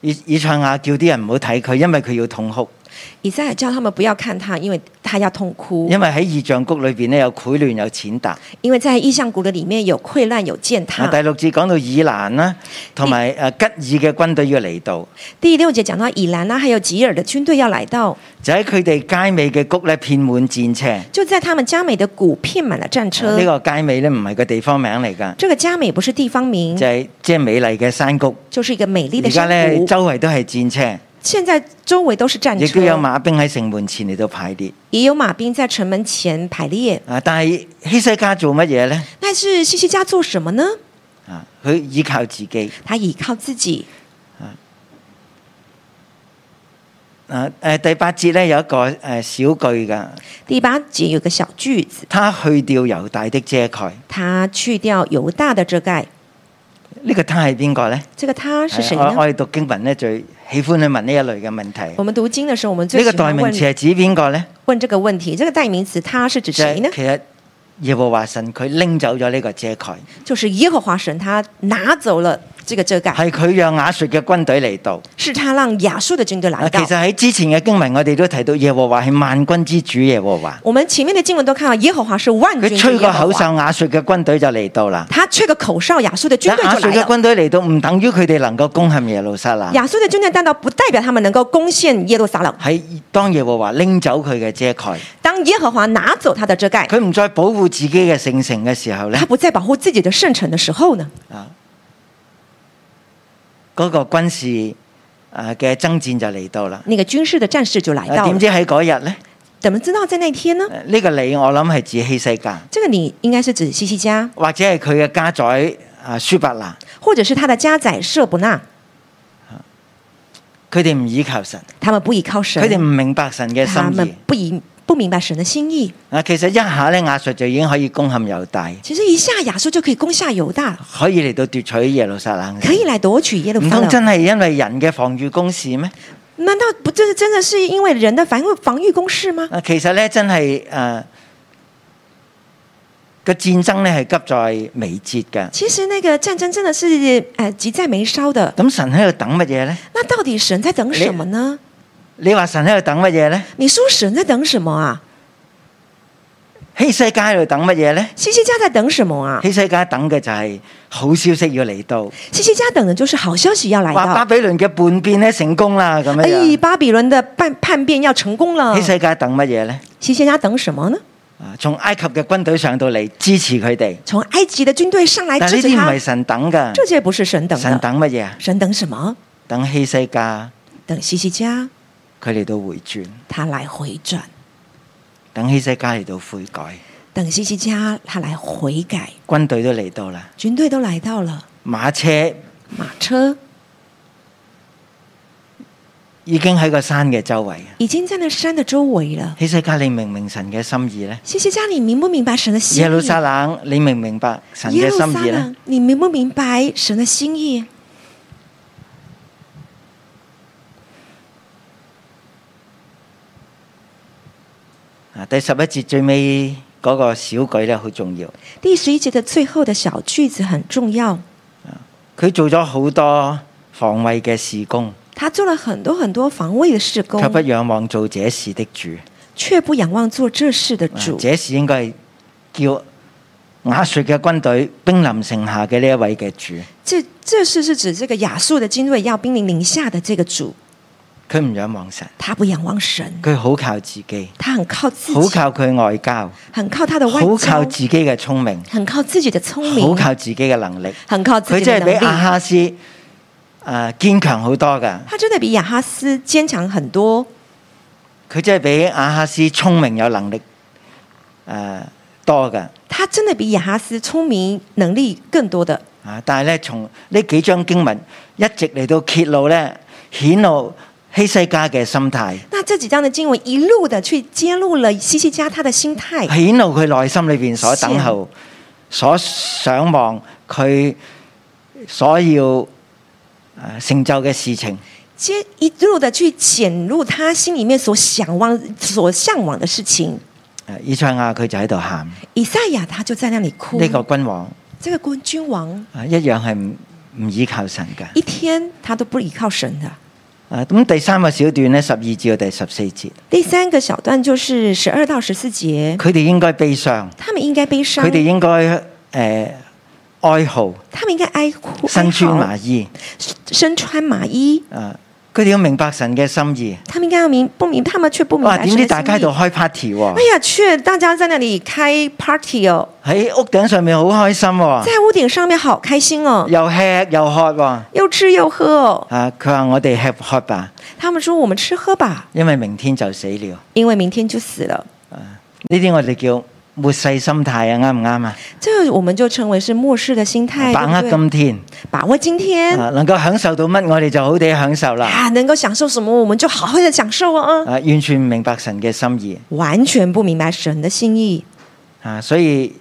S2: 以以賽亞叫啲人唔好睇佢，因為佢要痛哭，
S3: 以赛亚叫他们不要看他，因为他要痛哭，
S2: 因為喺異象谷裏边咧有潰亂有踐踏。
S3: 因为在意象谷的里面有溃烂有践
S2: 啊，第
S3: 踏。
S2: 六節講到以蘭啦，同埋诶吉爾嘅軍隊要嚟到，
S3: 第六节讲到以兰啊啦，还有吉尔的军队要来到，
S2: 就喺佢哋街尾嘅谷咧遍滿戰車。
S3: 就在他们佳美的谷遍满了战车。
S2: 呢個街尾咧唔係個地方名嚟㗎，
S3: 这个佳美不是地方名，
S2: 就係即係美麗嘅山谷。
S3: 就是一个美丽
S2: 而
S3: 的
S2: 家
S3: 山
S2: 咧
S3: 谷。
S2: 周圍都係戰車，
S3: 现在周围都是战
S2: 亦都有
S3: 车，
S2: 馬兵喺城門前嚟到排列。
S3: 也有马兵在城门前排列。
S2: 啊，但係希西家做乜嘢咧？
S3: 但是西西家做什么呢？
S2: 啊，佢依靠自己。
S3: 他倚靠自己。
S2: 啊，誒第八節咧有一個誒、小句㗎，
S3: 第八节有个小句子，
S2: 他去掉猶大的遮蓋。
S3: 他去掉犹大的遮盖。
S2: 呢、個他係邊個咧？
S3: 这个他是谁
S2: 係我
S3: 呢？
S2: 我哋讀經文咧最喜歡去問呢一類嘅問題。
S3: 我们读经的时候，我们最
S2: 呢個
S3: 喜
S2: 代
S3: 欢
S2: 名
S3: 问
S2: 詞係指邊個咧？
S3: 问这个问题。这个代名词他是指
S2: 就
S3: 谁呢
S2: 係？其實耶和華神佢拎走咗呢個遮蓋，
S3: 就是耶和华神，他拿走了这个遮盖，
S2: 係佢讓亞述嘅軍隊嚟到。
S3: 是他让亚述的军队来
S2: 啊，其
S3: 到
S2: 實。喺之前嘅經文，我哋都提到耶和華係萬軍之主耶和華，
S3: 我们前面的经文都看到，耶和华是万军
S2: 佢
S3: 之
S2: 吹
S3: 耶
S2: 個
S3: 和
S2: 口
S3: 华，
S2: 哨，亞述嘅軍隊就嚟到啦。
S3: 他吹个口哨，亚述的军
S2: 但
S3: 队
S2: 亞述
S3: 就
S2: 嘅
S3: 来了。
S2: 軍隊嚟到，唔等於佢哋能夠攻陷耶路撒冷。
S3: 亚述的军队但到不代表他们能够攻陷耶路撒冷。
S2: 喺當耶和華拎走佢嘅遮蓋，
S3: 当耶和华拿走他的遮盖，
S2: 佢唔再保護自己嘅聖城嘅時候呢
S3: 他不再保护自己的圣城的时候呢，
S2: 嗰、個軍事啊嘅爭戰就嚟到啦。
S3: 那个军事的战事就来
S2: 啊
S3: 到
S2: 點
S3: 了
S2: 知。喺嗰日呢？
S3: 怎么知道在那天呢？
S2: 啊呢、個你我諗係指希西家，
S3: 这个你应该是指西西家，
S2: 或者係佢嘅家宰啊舒伯拿，
S3: 或者是他的家宰舍伯纳，
S2: 佢哋唔依靠神，
S3: 他们不依靠神
S2: 佢，哋唔明白神嘅
S3: 他
S2: 心
S3: 们
S2: 意。
S3: 不依不明白神的心意。
S2: 啊，其實一下咧，亞述就已經可以攻陷猶大，
S3: 其实一下亚述就可以攻下犹大，
S2: 可以嚟到奪取耶路撒冷。
S3: 可以来夺取耶路
S2: 唔
S3: 撒
S2: 嗯通
S3: 冷。
S2: 真係因為人嘅防禦工事咩？
S3: 难道不这是真的是因为人的防御防御攻势吗？
S2: 啊，其實咧真係誒個戰爭咧係急在眉睫嘅。
S3: 其实那个战争真的是呃急在眉梢的。
S2: 咁神喺度等乜嘢咧？
S3: 那到底神在等
S2: 哎
S3: 什么呢？
S2: 你話神喺度等乜嘢咧？
S3: 你说神在等什么啊？
S2: 希西家喺度等乜嘢咧？
S3: 西西家在等什么啊？
S2: 希西家等嘅就係好消息要嚟到，
S3: 西西家等的就是好消息要来
S2: 話巴
S3: 到。
S2: 比倫嘅叛變咧成功啦咁樣
S3: 哎，
S2: 樣。
S3: 巴比伦的叛叛变要成功了
S2: 希。西家等乜嘢咧？
S3: 西西家等什么呢？
S2: 啊，從埃及嘅軍隊上到嚟支持佢哋。
S3: 从埃及的军队上来
S2: 但呢
S3: 支
S2: 啲
S3: 持
S2: 唔
S3: 他
S2: 係，神等噶，
S3: 这些不是神等的。
S2: 神等乜嘢啊？
S3: 神等什么？
S2: 等希西家
S3: 等西西家
S2: 佢嚟到回轉，
S3: 他来回转，
S2: 等希西家嚟到悔改，
S3: 等西西家他来悔改。
S2: 軍隊都嚟到啦，
S3: 军队都来到了，
S2: 馬車
S3: 马车
S2: 已經喺個山嘅周圍。
S3: 已经在那山的周围了。
S2: 希西家，你明唔明神嘅心意呢？
S3: 西西家，你明不明白神的心意？啊
S2: 耶路撒冷，你明唔明白神嘅
S3: 耶路
S2: 心
S3: 撒
S2: 意呢
S3: 冷？，你明不明白神的心意？
S2: 啊，第十一節最尾嗰個小舉咧，好重要。
S3: 第十一节的最后的小句子很重要，
S2: 佢做咗好多防衛嘅事工，
S3: 他做了很多很多防卫的事工
S2: 卻，不仰望做這事的主。啊
S3: 却不仰望做这事的主。
S2: 這事應該係叫雅述嘅軍隊兵臨城下嘅呢一位嘅主。
S3: 这这事是指这个亚述的军队要兵临临下的这个主，
S2: 佢唔仰望神，
S3: 他不仰望神，
S2: 佢好靠自己，
S3: 他很靠自
S2: 好
S3: 己，
S2: 靠佢外交，
S3: 很靠他的外
S2: 好靠
S3: 交，
S2: 自己嘅聰明，
S3: 很靠自己的聪
S2: 好
S3: 明，
S2: 靠自己嘅能力。
S3: 很靠自
S2: 佢
S3: 己
S2: 真
S3: 的
S2: 係比
S3: 能
S2: 亞
S3: 力。
S2: 哈斯诶、呃、坚强好多噶，
S3: 他真的比亚哈斯坚强很多，
S2: 佢真係比亞哈斯聰明有能力诶、呃多噶。
S3: 他真的比亚哈斯聪明能力更多的。
S2: 啊！但係咧，從呢幾章經文一直嚟到揭露咧，顯露希西家嘅心態，
S3: 那这几章的经文一路的去揭露了西西家他的心态，
S2: 顯露佢內心裏邊所等候、所想望、佢所要呃成就嘅事情。
S3: 揭一路的去潜入他心里面所想望、所向往的事情。
S2: 呃以賽亞佢就喺度喊，呢、
S3: 以赛亚他就在那里哭，
S2: 個君王
S3: 这个君君王
S2: 啊一樣係唔唔依靠神嘅。
S3: 一天他都不依靠神的。
S2: 啊，咁第三個小段咧，十二至到第十四節，
S3: 第三个小段就是十二到十四节，
S2: 佢哋應該悲傷，
S3: 他们应该悲伤
S2: 佢，哋應該誒、呃哀號，
S3: 他们应该哀哭，
S2: 身穿
S3: 哀
S2: 麻
S3: 嚎
S2: 衣。
S3: 身穿麻衣，
S2: 啊，佢哋要明白神嘅心意。
S3: 他们应该要明不明？他们却不明
S2: 哇！
S3: 白
S2: 點
S3: 神的
S2: 知
S3: 心
S2: 大家喺
S3: 意
S2: 度。開 party 喎、
S3: 哎呀，却大家在那里开 party 哦，
S2: 喺屋頂上面好開心喎、
S3: 在屋顶上面好开心哦，
S2: 又吃又喝喎、啊。
S3: 又吃又喝哦。
S2: 佢話我哋吃喝吧，
S3: 他们说我们吃喝吧，
S2: 因為明天就死了。
S3: 因为明天就死了。
S2: 呢啲我哋叫末世心態啊，啱唔啱啊？
S3: 这我们就称为是末世的心态，
S2: 把握
S3: 对不对
S2: 今天，
S3: 啊把握今天
S2: 啊能夠享受到乜，我哋就好地享受啦。
S3: 啊，能够享受什么，我们就好好的享受哦。
S2: 啊，
S3: 啊
S2: 完全唔明白神嘅心意
S3: 完全不明白神的心意，
S2: 啊，所以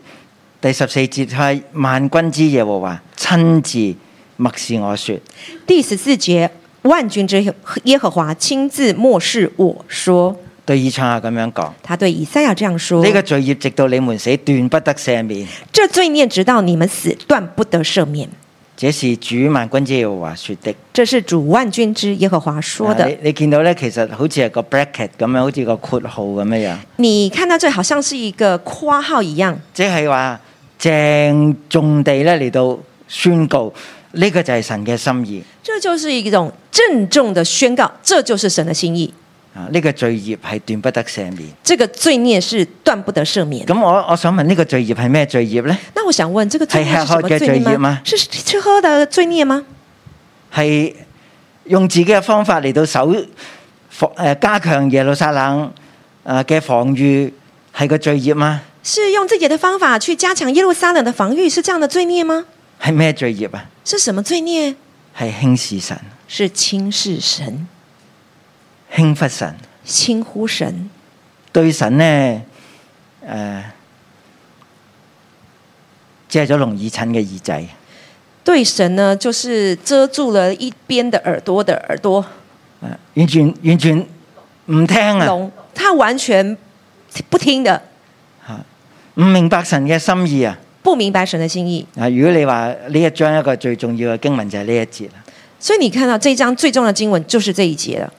S2: 第十四節係萬軍之耶和華親自默示我說。
S3: 第十四节，万军之耶和华亲自漠视我说，
S2: 對以賽亞咁樣講。
S3: 他对以赛亚这样说：
S2: 呢個罪孽直到你們死，斷不得赦免。
S3: 这罪孽直到你们死，断不得赦免。
S2: 這是主萬軍之耶和華說的。
S3: 这是主万军之耶和华说
S2: 啊
S3: 的。
S2: 你你見到咧，其實好似係個 bracket 咁樣，好似個括號咁樣樣，
S3: 你看到这好像是一个括号一样，
S2: 即係話鄭重地咧嚟到宣告，呢、個就係神嘅心意。
S3: 这就是一种郑重的宣告，这就是神的心意。
S2: 啊！呢、個罪孽係斷不得赦免。
S3: 这个罪孽是断不得赦免。
S2: 咁我我想問呢個罪孽係咩罪孽呢？
S3: 那我想问，这个罪孽是什么
S2: 是喝喝的
S3: 罪
S2: 罪
S3: 孽
S2: 孽
S3: 吗
S2: 吗？
S3: 是吃喝的罪孽吗？
S2: 係用自己嘅方法嚟到守防誒加強耶路撒冷誒嘅防禦，係個罪孽嗎？
S3: 是用自己的方法去加强耶路撒冷的防御，是这样的罪孽吗？
S2: 係咩罪孽啊？
S3: 是什么罪孽？
S2: 係輕視神、
S3: 是轻视神、
S2: 輕忽神，
S3: 轻忽神，
S2: 對神呢，誒、遮咗聾耳陳嘅耳仔，
S3: 对神呢，就是遮住了一边的耳朵的耳朵
S2: 啊完全完全唔聽啊，
S3: 聋，他完全不听的，
S2: 唔明白神嘅心意啊！
S3: 不明白神的心意。
S2: 啊，如果你話呢一章一個最重要嘅經文就係呢一節啦，
S3: 所以你看到这一章最重要的經文就是这一节了，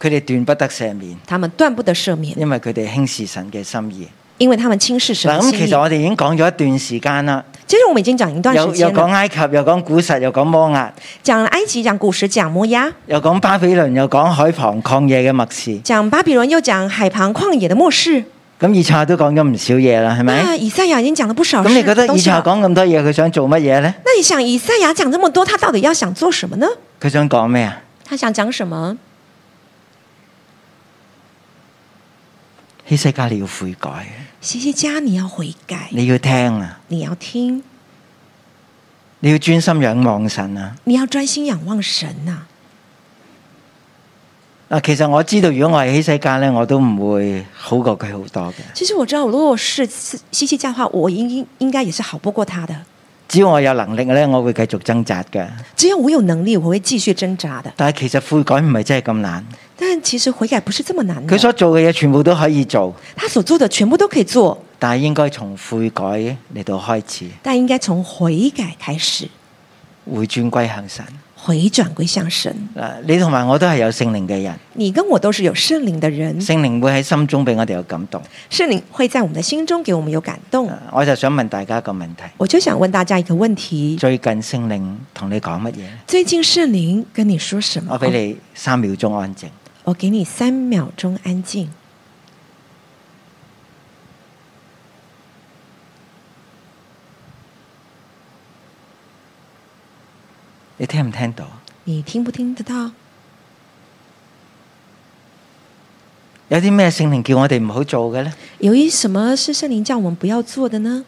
S2: 佢哋斷不得赦免，
S3: 他们断不得赦免，
S2: 因為佢哋輕視神嘅心意。
S3: 因为他们轻视神
S2: 嗱，咁
S3: 的心
S2: 其
S3: 意
S2: 實。我哋已經講咗一段時間啦，
S3: 其实我们已经讲一段
S2: 有
S3: 时
S2: 有
S3: 间
S2: 講
S3: 了，
S2: 埃及，又講古實，又講摩押，
S3: 讲埃及，讲古时，讲摩押，
S2: 又講巴比倫，又講海旁曠野嘅默示。
S3: 讲巴比伦，又讲海旁旷野的末世。
S2: 咁以賽亞都講咗唔少嘢啦，係咪？
S3: 那以赛亚已经讲了不少
S2: 咁
S3: 事，
S2: 你覺得
S3: 东
S2: 以
S3: 西
S2: 賽亞
S3: 了。
S2: 講咁多嘢，佢想做乜嘢呢？
S3: 那你想以赛亚讲这么多，他到底要想做什么呢？
S2: 佢想講咩啊？
S3: 他想讲什么？
S2: 希西家你要悔改，
S3: 西西家，你要悔改，
S2: 你要聽啊，
S3: 你要听，
S2: 你要專心仰望神啊！
S3: 你要专心仰望神呐、
S2: 啊，其實我知道，如果我係希西家呢，我都唔會好過佢好多嘅。
S3: 其实我知道，如果我是西西家的话，我应应应该也是好不过他的。
S2: 只要我有能力呢，我會繼續掙扎嘅。
S3: 只要我有能力，我会继续挣扎的。
S2: 但係其實悔改唔係真係咁難，
S3: 但其实悔改不是这么难
S2: 佢
S3: 的，
S2: 所做嘅嘢全部都可以做，
S3: 他所做的全部都可以做，
S2: 但係應該從悔改嚟到開始，
S3: 但应该从悔改开始，
S2: 回轉歸向神。
S3: 回转归向神。
S2: 嗱，你同埋我都係有聖靈嘅人，
S3: 你跟我都是有圣灵的人，
S2: 聖靈會喺心中俾我哋有感動。
S3: 圣灵会在我们的心中给我们有感动。
S2: 啊我就想問大家一個問題：
S3: 我就想问大家一个问题：
S2: 最近聖靈同你講乜嘢？
S3: 最近圣灵跟你说什么？
S2: 我俾你三秒鐘安靜。
S3: 我给你三秒钟安静。
S2: 你聽唔聽到？
S3: 你听不听得到？
S2: 有啲咩聖靈叫我哋唔好做嘅呢？
S3: 有一什么是圣灵叫我们不要做的呢？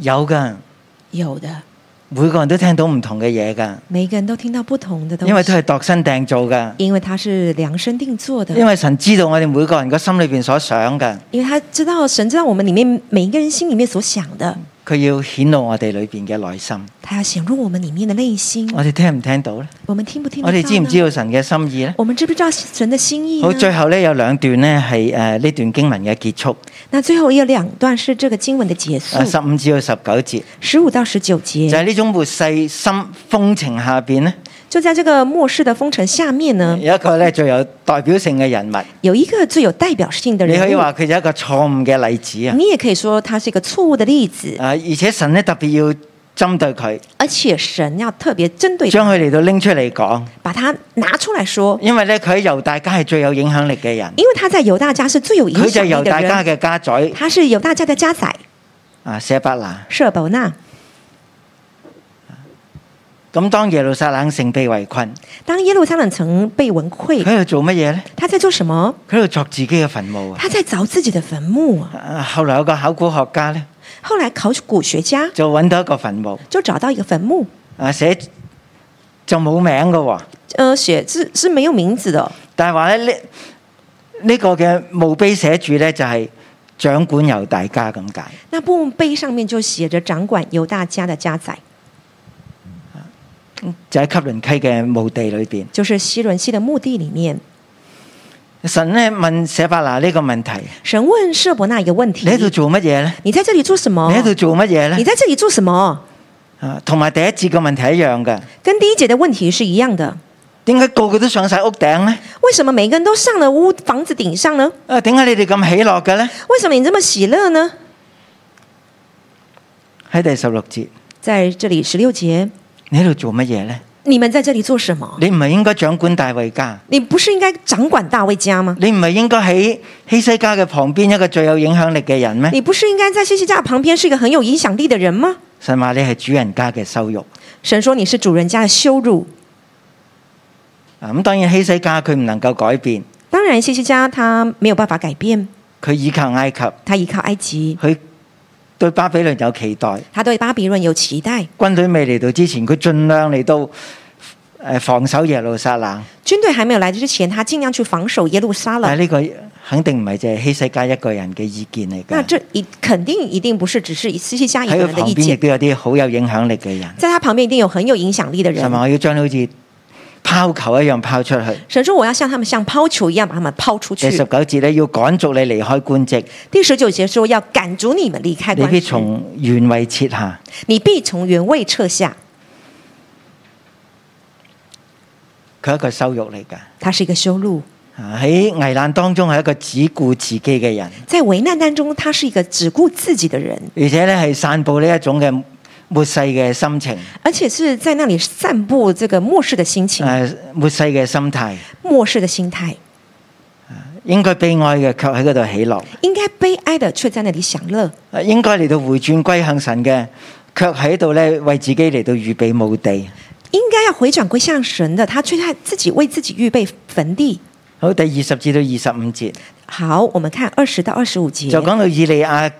S2: 有噶，
S3: 有的，
S2: 每個人都聽到唔同嘅嘢噶，
S3: 每一个人都听到不同的东西，
S2: 因為都係度身訂造噶。
S3: 因为他是量身定做的，
S2: 因為神知道我哋每個人個心裏边所想嘅，
S3: 因为他知道神知道我们里面每一个人心里面所想的，
S2: 佢要顯露我哋裏边嘅內心。
S3: 他要显露我们里面的内心。
S2: 我哋聽唔聽到呢？
S3: 我们听不听得
S2: 我
S3: 到呢？
S2: 哋知唔知道神嘅心意呢？
S3: 我们知不知道神的心意呢
S2: 好，最後呢，有兩段呢係诶呢段經文嘅結束，
S3: 那最后有两段是这个经文的结束，
S2: 十五至到十九節，
S3: 十五到十九
S2: 就
S3: 节。
S2: 係呢種末世心風情下边呢，
S3: 就在这个末世的封城下面呢，
S2: 有一個咧最有代表性嘅人物，
S3: 有一个最有代表性的
S2: 你
S3: 人
S2: 可以
S3: 物，
S2: 話佢就係一個錯誤嘅例子啊！
S3: 你也可以说他是一个错误的例子，
S2: 啊，而且神咧特別要針對佢，
S3: 而且神要特别针对他，
S2: 將佢嚟到拎出嚟講，
S3: 把他拿出来说，
S2: 因為咧佢喺猶大家係最有影響力嘅人，
S3: 因为他在犹大家是最有
S2: 佢
S3: 影
S2: 就係
S3: 响力
S2: 猶
S3: 的
S2: 大家
S3: 人，
S2: 嘅家宰
S3: 他是犹大家的家宰
S2: 啊，舍伯拿。
S3: 舍伯纳。
S2: 咁當耶路撒冷城被圍困，
S3: 当耶路撒冷城被围
S2: 佢
S3: 困，
S2: 喺度做乜嘢呢？
S3: 他在做什么？
S2: 佢喺度作自己嘅墳墓啊！
S3: 他在凿自己的坟墓啊。
S2: 啊後來有個考古學家呢，
S3: 后来考古学家
S2: 就揾到一個墳墓，
S3: 就找到一个坟墓，
S2: 啊寫就冇名嘅喎，
S3: 呃，写字是没有名字的，
S2: 但係話咧呢呢、個嘅墓碑寫住呢，就係、掌管猶大家咁解。
S3: 那墓碑上面就写着“掌管犹大家的家宰
S2: 就喺吸倫溪嘅墓地裏邊”，，
S3: 就是西伦西的墓地里面。
S2: 神咧問舍伯拿呢個問題：
S3: 神问舍伯那一个问题
S2: 你喺：度做乜嘢呢？
S3: 你在这里做什么
S2: 你？喺度做乜嘢
S3: 你
S2: 呢？
S3: 在这里做什么？
S2: 啊，同埋第一節嘅問題一樣嘅，
S3: 跟第一节的问题是一样的。
S2: 點解個個都上晒屋頂呢？
S3: 为什么每个人都上了屋房子顶上呢？
S2: 啊，點解你哋咁喜樂嘅呢？
S3: 为什么你这么喜乐呢？
S2: 喺第十六節，
S3: 在这里十六节，
S2: 你喺度做乜嘢呢？
S3: 你们在这里做什么？
S2: 你唔係應該掌管大衛家，
S3: 你不是应该掌管大卫家吗？
S2: 你唔係應該喺希西家嘅旁邊一個最有影響力嘅人咩？
S3: 你不是应该在西西家旁边是一个很有影响力的人吗？
S2: 神話你係主人家嘅羞辱
S3: 神说你是主人家的羞辱。
S2: 啊！咁當然希西家佢唔能夠改變，
S3: 当然，西西家他没有办法改变，
S2: 佢依靠埃及，
S3: 他依靠埃及，
S2: 佢對巴比倫有期待，
S3: 他对巴比伦有期待，
S2: 軍隊未嚟到之前，佢盡量嚟到誒防守耶路撒冷，
S3: 军队还没有来之前，他尽量去防守耶路撒
S2: 但係
S3: 冷。
S2: 呢個肯定唔係淨係希西家一個人嘅意見嚟
S3: 那
S2: 㗎。
S3: 这一肯定一定不是只是以西西家一个
S2: 喺佢
S3: 人的
S2: 旁
S3: 意
S2: 邊亦
S3: 见，
S2: 都有啲好有影響力嘅人，
S3: 在他旁边一定有很有影响力的
S2: 係
S3: 人
S2: 咪？。我要將你好似拋球一樣拋出去。
S3: 神说：“我要像他们像抛球一样把他们抛出
S2: 第
S3: 去
S2: 十。九節咧，要趕逐你離開官職，”
S3: 第十九节说：“要赶逐你们离开
S2: 你
S3: 官
S2: 必
S3: 职，
S2: 從原位撤下。
S3: 你必从原位撤下。
S2: 佢係一個羞辱嚟㗎，”
S3: 他是一个修路，
S2: 啊喺危難當中係一個只顧自己嘅人，
S3: 在危难当中，他是一个只顾自己的人，
S2: 而且咧係散佈呢一種嘅末世嘅心情，
S3: 而且是在那里散布这个末世的心情、
S2: 誒末世嘅心態。
S3: 末世的心态。
S2: 應該悲哀嘅，卻喺嗰度喜樂；
S3: 应该悲哀的，却在那里享乐。
S2: 啊應該嚟到回轉歸向神嘅，卻喺度咧為自己嚟到預備墓地。
S3: 应该要回转归向神的，他却在自己为自己预备坟地。
S2: 好，第二十至到二十五節
S3: 好，我们看二十到二十五节
S2: 就。講到以利亞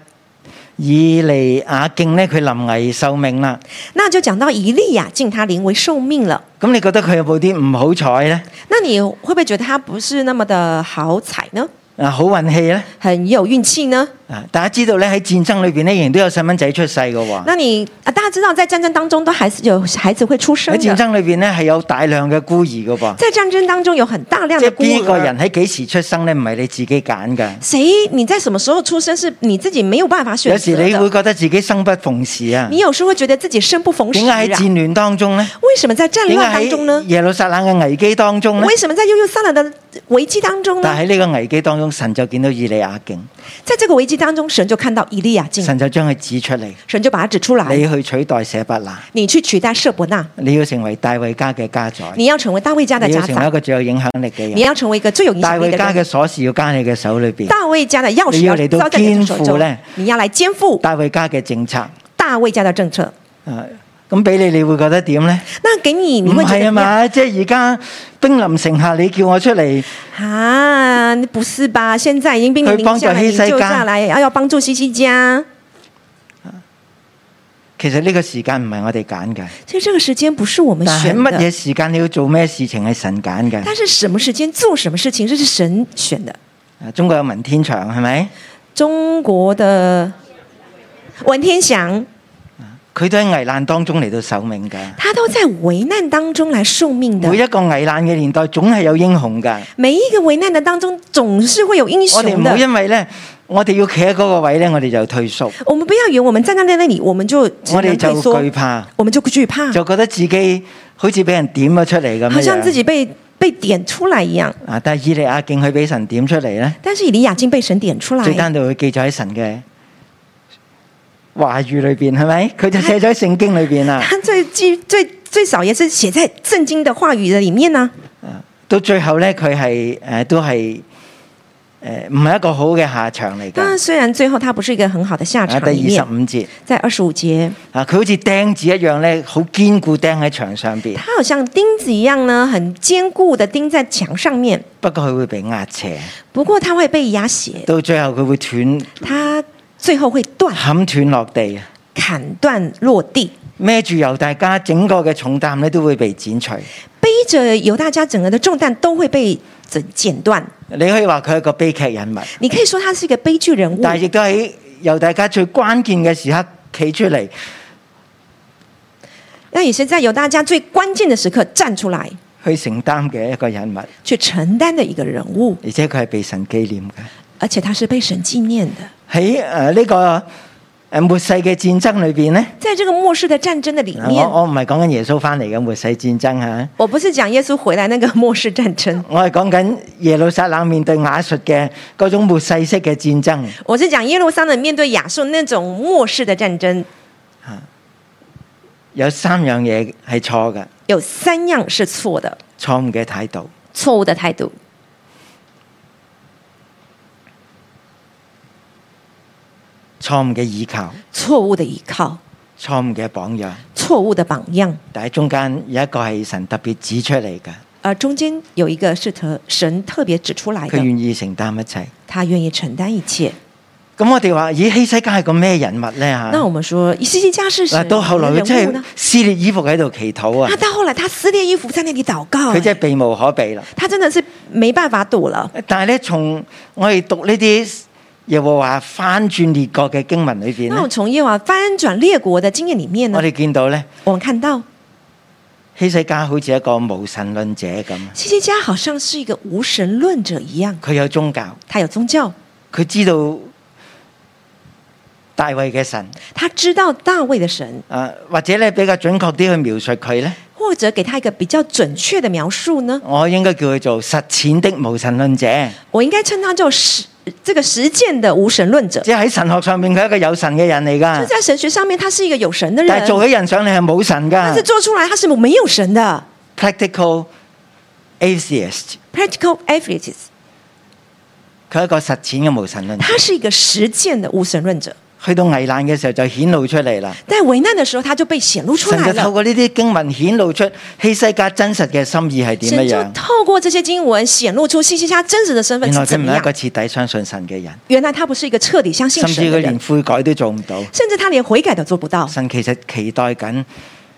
S2: 以利亞敬呢，佢臨危受命啦。
S3: 那就讲到以利亚敬他临危受命了。
S2: 咁你覺得佢有冇啲唔好彩呢？
S3: 那你会不会觉得他不是那么的好彩呢？
S2: 啊，好運氣呢？
S3: 很有运气呢？
S2: 啊，大家知道咧喺戰爭裏邊咧，仍然都有細蚊仔出世嘅喎。
S3: 那你啊，大家知道，在战争当中都还是有孩子会出生
S2: 喺戰
S3: 的，
S2: 爭裏邊咧係有大量嘅孤兒噶噃，
S3: 在战争当中有很大量
S2: 即
S3: 的
S2: 係
S3: 孤啊
S2: 邊個
S3: 儿。
S2: 人喺幾時出生咧，唔係你自己揀㗎。
S3: 谁？你在什么时候出生是你自己没有办法选
S2: 有時
S3: 择
S2: 你會
S3: 的。
S2: 覺得自己生不逢時啊
S3: 啊你，有时候会觉得自己生不逢时
S2: 點
S3: 啊
S2: 解喺！戰亂當中咧？
S3: 为什么在战
S2: 點
S3: 乱
S2: 解
S3: 当中
S2: 喺
S3: 呢？
S2: 耶路撒冷嘅危機當中咧？
S3: 为什么在悠悠撒冷的危机当中
S2: 但
S3: 呢？
S2: 喺呢個危機當中，神就見到以利亞敬，
S3: 在这个危机当中，神就看到以利亚敬，
S2: 神就將佢指出嚟，
S3: 神就把他指出来，
S2: 你去取代舍伯那，
S3: 你去取代舍伯纳，
S2: 你要成為大衛家嘅家宰，
S3: 你要成为大卫家的
S2: 你
S3: 家
S2: 要成為一
S3: 长，
S2: 個最有影響力嘅
S3: 你
S2: 人。
S3: 要成为一个最有影
S2: 大
S3: 响力
S2: 衛
S3: 的
S2: 家嘅
S3: 人。
S2: 鎖匙要加喺你嘅手裏邊，
S3: 大卫家的钥匙
S2: 你要嚟到
S3: 交在你的手
S2: 肩負
S3: 中
S2: 呢，
S3: 你要来肩负
S2: 大衛家嘅政策。
S3: 大卫家的政策。
S2: 啊，咁俾你，你會覺得點咧？
S3: 那给你，你
S2: 唔
S3: 会
S2: 係啊
S3: 觉得怎么样
S2: 嘛，即係而家兵臨城下，你叫我出嚟，
S3: 啊？不是吧？现在已经兵临
S2: 去帮
S3: 临下
S2: 助
S3: 了，
S2: 希
S3: 你
S2: 西家
S3: 救下来，要要帮助西西家。
S2: 其實呢個時間唔係我哋揀嘅，
S3: 所以这个时间不是我们
S2: 但係
S3: 选
S2: 乜嘢
S3: 的，
S2: 時間你要做咩事情係神揀嘅。
S3: 但是什么时间做什么事情，这是神选的。
S2: 啊中國有文天祥係咪？
S3: 中国的文天祥，
S2: 佢都喺危難當中嚟到守命㗎。
S3: 他都在危难当中来受命的
S2: 每。一個危難嘅年代，總係有英雄㗎。
S3: 每一个危难的当中，总是会有英
S2: 我哋
S3: 雄
S2: 唔好
S3: 的。
S2: 因為咧，我哋要企喺嗰個位咧，我哋就退縮，
S3: 我们不要以为我们站在那里，我们就只
S2: 我哋
S3: 能
S2: 就
S3: 退缩啊
S2: 懼，怕，
S3: 我们就惧怕，
S2: 就覺得自己好似俾人點咗出嚟咁
S3: 好像
S2: 樣
S3: 自己被被点出来一样。
S2: 啊，但係以利亞敬佢俾神點出嚟咧，
S3: 但是以利亚竟被神点出
S2: 最
S3: 来，
S2: 單獨佢記載喺神嘅話語裏邊，係咪？佢就寫咗喺聖經裏邊啦。
S3: 他最最最最少也是写在圣经的话语的里面呢、
S2: 到最後咧，佢係誒都係誒唔係一個好嘅下場嚟
S3: 当然，
S2: 㗎。
S3: 啊虽然最后他不是一个很好的下
S2: 啊，
S3: 场
S2: 第二
S3: 里
S2: 十
S3: 面，
S2: 五節。
S3: 在二十五节，
S2: 啊，佢好似釘子一樣咧，好堅固釘喺牆上邊。
S3: 他好像钉子一样呢，很坚固的钉在墙上面。
S2: 不過佢會被壓斜，
S3: 不过他会被压斜，
S2: 到最後佢會斷
S3: 他最后会断
S2: 冚斷落地，
S3: 砍断落地，
S2: 孭住猶大家整個嘅重擔咧都會被剪除。
S3: 背着犹大家整个的重担都会被整剪断。
S2: 你可以話佢係一個悲劇人物，
S3: 你可以说他是一个悲剧人物，
S2: 但係亦都喺猶大家最關鍵嘅時刻企出嚟，
S3: 那也是在犹大家最关键的时刻站出来
S2: 去承擔嘅一個人物，
S3: 去承担的一个人物，
S2: 而且佢係被神紀念嘅。
S3: 而且他是被神纪念的。
S2: 喺誒呢個誒末世嘅戰爭裏邊咧，
S3: 在这个末世的战争的里
S2: 嗱
S3: 面，
S2: 我我唔係講緊耶穌翻嚟嘅末世戰爭嚇。
S3: 我不是讲耶稣回来那个末世战争，
S2: 我係講緊耶路撒冷面對雅述嘅嗰種末世式嘅戰爭，
S3: 我是讲耶路撒冷面对亚述那种末世的战争，
S2: 有三樣嘢係錯嘅，
S3: 有三样是错的，
S2: 錯誤嘅態度。
S3: 错误的态度。
S2: 錯誤嘅倚靠、
S3: 错误的依靠，
S2: 錯誤嘅榜樣，
S3: 错误的榜样。
S2: 但係中間有一個係神特別指出嚟嘅，
S3: 而中间有一个是特神特别指出来
S2: 佢
S3: 的，
S2: 願意承擔一切。
S3: 他願意承擔一切。
S2: 咁我哋話：咦，希西家係個咩人物咧
S3: 那
S2: 嚇？
S3: 我們說，以西西家是神
S2: 嗱，到後來佢
S3: 人物
S2: 真係
S3: 呢？
S2: 撕裂衣服喺度祈禱啊
S3: 那！到后来，他撕裂衣服在那里禱告、
S2: 佢
S3: 哎
S2: 真係避無可避啦。
S3: 他真的是没辦法躲了。
S2: 但係咧，從我哋讀呢啲耶和華翻轉列國嘅經文裏邊
S3: 那我
S2: 咧，
S3: 從耶和華翻轉列國的經驗里面呢
S2: 我，哋見到咧。
S3: 我們看到
S2: 希西家好似一個無神論者咁，
S3: 西西家好像是一個無神論者一樣，
S2: 佢有宗教，
S3: 他有宗教，
S2: 佢知道大衛嘅神
S3: 他知道大衛的神，
S2: 啊，或者咧比較準確啲去描述佢咧，
S3: 或者給他一個比較準確的描述呢，
S2: 我應該叫佢做實踐的無神論者，
S3: 我應該稱他叫實這個實踐的無神論者。
S2: 即係喺神學上面佢係一個有神嘅人嚟
S3: 就
S2: 噶，
S3: 在神學上面，他是一個有神的
S2: 嗯但係
S3: 人，
S2: 做起人上嚟係冇神
S3: 但
S2: 噶
S3: 是做出來他是沒有神的。
S2: ，practical atheist，
S3: Practical athletes，
S2: 佢係一個實踐嘅無神論者，
S3: 他是一個實踐的無神論者，
S2: 去到危難嘅時候就顯露出嚟啦。
S3: 在危難的時候他就被顯露出
S2: 神
S3: 來
S2: 就透
S3: 了。
S2: 過呢啲經文顯露出希西家真實嘅心意係點
S3: 神就
S2: 樣樣。
S3: 透過這些經文顯露出西西家真實的身份
S2: 原來
S3: 是
S2: 佢
S3: 怎
S2: 唔
S3: 麼
S2: 係一個
S3: 樣。
S2: 徹底相信神嘅人，
S3: 原來他不是一個徹底相信
S2: 甚至
S3: 神
S2: 佢
S3: 的
S2: 連
S3: 人，
S2: 悔改都做唔到。
S3: 甚至他連悔改都做不到。
S2: 神其實期待緊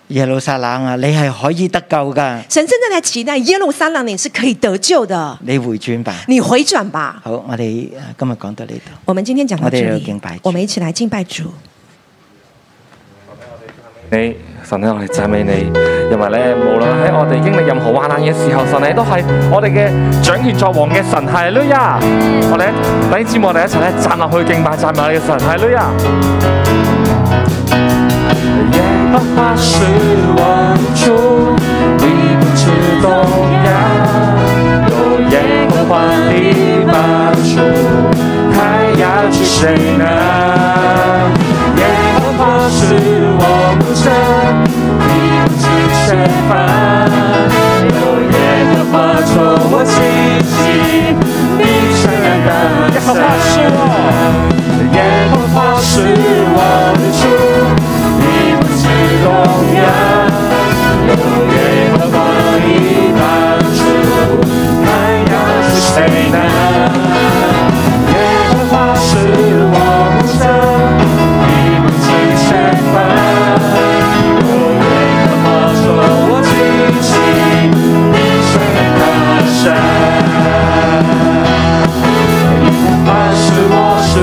S2: 耶路撒冷啊，你係可以得救噶，
S3: 神真正在期待耶路撒冷你是可以得救的，
S2: 你回轉吧。
S3: 你回轉吧。
S2: 好，我哋呃今日講到呢度。
S3: 我們今天講到
S2: 我
S3: 這
S2: 哋要
S3: 裡，
S2: 敬拜主
S3: 我們一起來敬拜主。
S4: 你，神咧，我哋讚美你，因為咧，無論喺我哋經歷任何患難嘅時候，神你都係我哋嘅掌權作王嘅神，係女呀！我哋弟兄姊妹，我哋一齊咧站立去敬拜讚美你嘅神，係女呀！耶和华是我主，你不知动摇，有耶和华的帮助，还要惧谁呢？耶和华是我们神，你不知缺乏，有耶和华做我奇迹，你全然的耶和华是我，耶和华是我的主。你不是动摇，有耶和华的帮助，还要是谁呢？耶和华是我们神，你不是缺乏，有耶和华做我惊喜，你是大神。凡是我是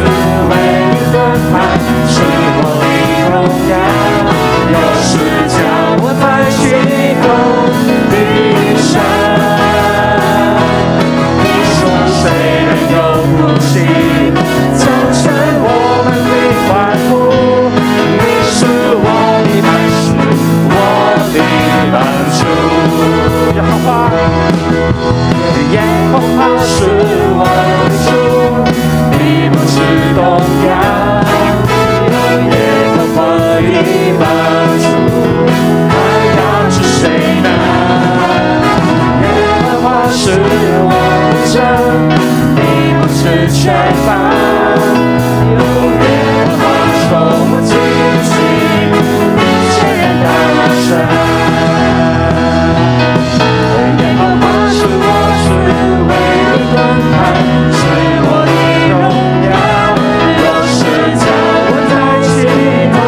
S4: 为你的爱，是我的荣耀。有时叫我抬起头，闭上。你说谁能有福气，造成我们的欢呼？你是我的磐石，我的帮助。耶和华，耶和华是我的主。你不是动摇，有耶和华的帮助，还要是谁呢？耶和华是我的神，你不是缺乏，有耶和华充满惊喜，你全然大神。耶和华是我是唯一的爱，是我的荣耀。有时叫我抬起头，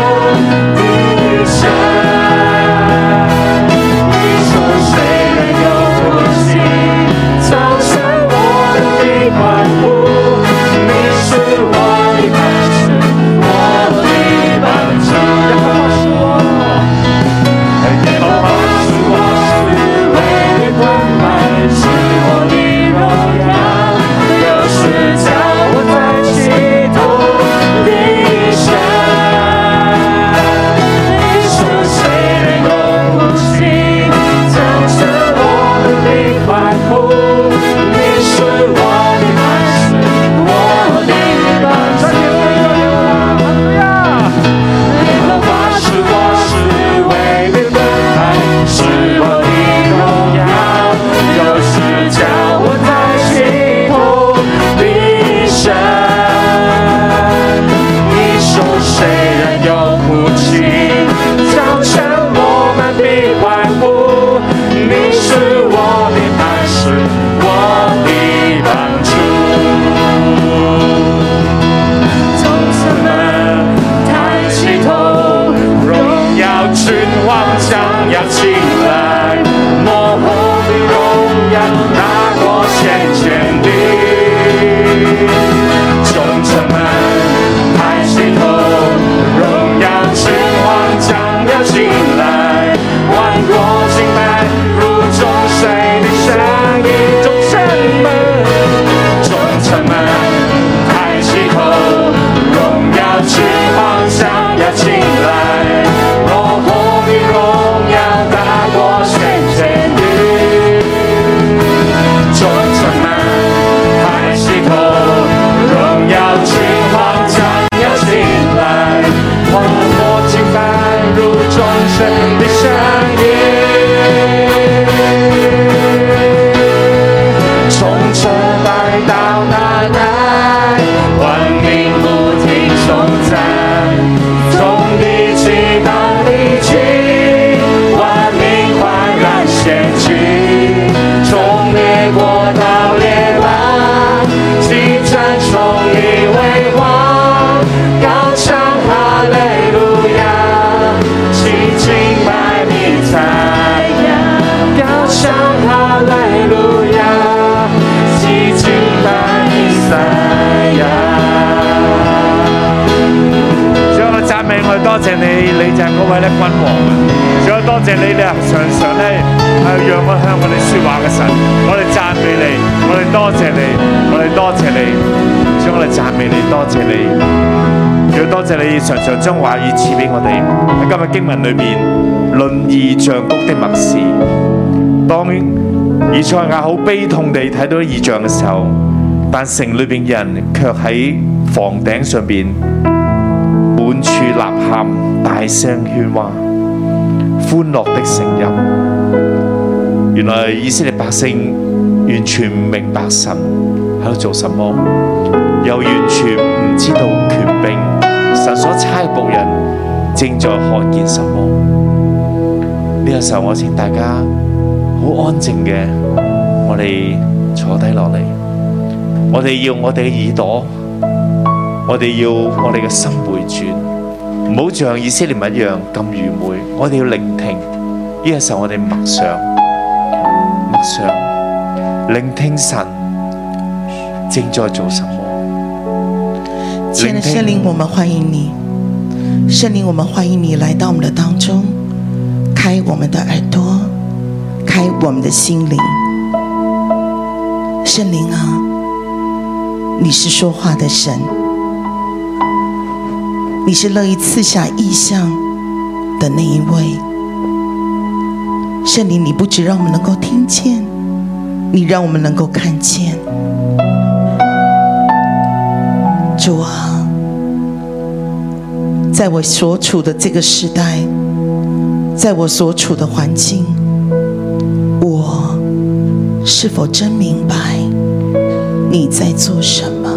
S4: 低下。你说谁能有呼吸，造成我的欢呼？你是我的磐石，我的帮助。耶和华是我。耶和华是我是唯一关怀，是我的荣耀。有时叫我抬起头，低下。你说谁能够呼吸，造成我们的欢呼？你是我的磐石，我的帮助。耶和华是我是唯一的爱，是我的荣耀。有时叫我抬起头，闭上。你说谁人有福气，造成我们的欢呼？你是我的磐石，我的帮助。总什么抬起头，荣耀君王将要起来，幕后的荣耀大过先前的。众臣们抬起头，荣耀君王将要进来，万国敬拜如钟声的声音。众臣们，众臣们抬起头，荣耀君王将要进来，我后的荣耀大过先前的。众臣们抬起头，荣耀君王将要进来，欢呼敬拜如钟声的声音，从这代到那代，万民不停颂赞，从地极到地极，万民焕然仙境。从列国到列邦，即战崇你为王，高唱哈利路亚，齐敬拜你赞扬，高唱哈利路亚，齐敬拜你
S5: 你，你就係嗰位咧君王啊！仲有多謝你，你係常常咧係讓我向我哋説話嘅神，我哋讚美你，我哋多謝你，我哋多謝你，主我哋讚美你，多謝你。要多謝你常常將話語賜俾我哋。喺今日經文裏面，論異象谷的默示。當以賽亞好悲痛地睇到啲異象嘅時候，但城裏邊嘅人卻喺房頂上邊滿處吶喊，大聲喧譁，歡樂的聲音。原來以色列百姓完全唔明白神喺度做什麼。又完全唔知道權柄，神所差嘅僕人正在看見什麼。呢、個時候，我請大家好安靜嘅，我哋坐低落嚟，我哋要我哋嘅耳朵，我哋要我哋嘅心回轉，唔好像以色列民一樣咁愚昧。我哋要聆聽，呢、個時候我哋默想，默想，聆聽神正在做什麼。
S6: 亲爱的圣灵，我们欢迎你，圣灵，我们欢迎你来到我们的当中，开我们的耳朵，开我们的心灵。圣灵啊，你是说话的神，你是乐意赐下意象的那一位。圣灵，你不只让我们能够听见，你让我们能够看见。主啊，在我所处的这个时代，在我所处的环境，我是否真明白你在做什么？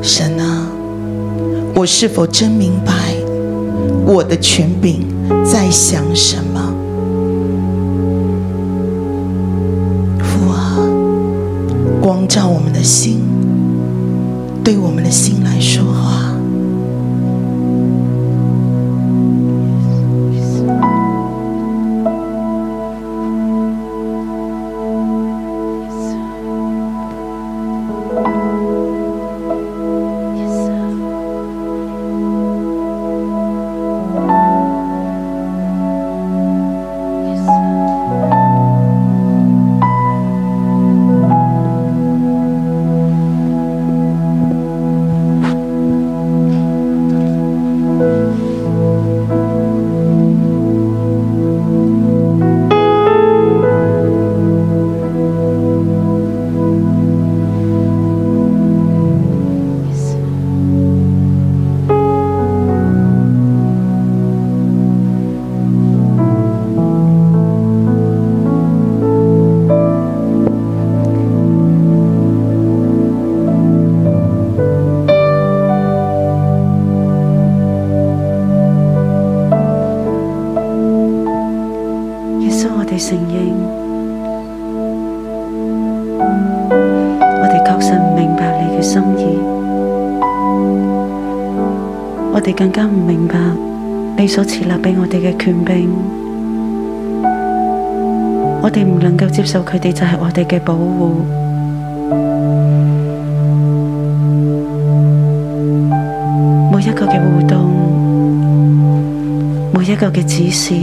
S6: 神啊，我是否真明白我的权柄在想什么？父啊，光照我们的心，对我们的心来说话。
S7: 耶稣，我哋承认，我哋确实唔明白你嘅心意，我哋更加唔明白你所设立俾我哋嘅权柄，我哋唔能够接受佢哋就系我哋嘅保护。每一个嘅互动，每一个嘅指示。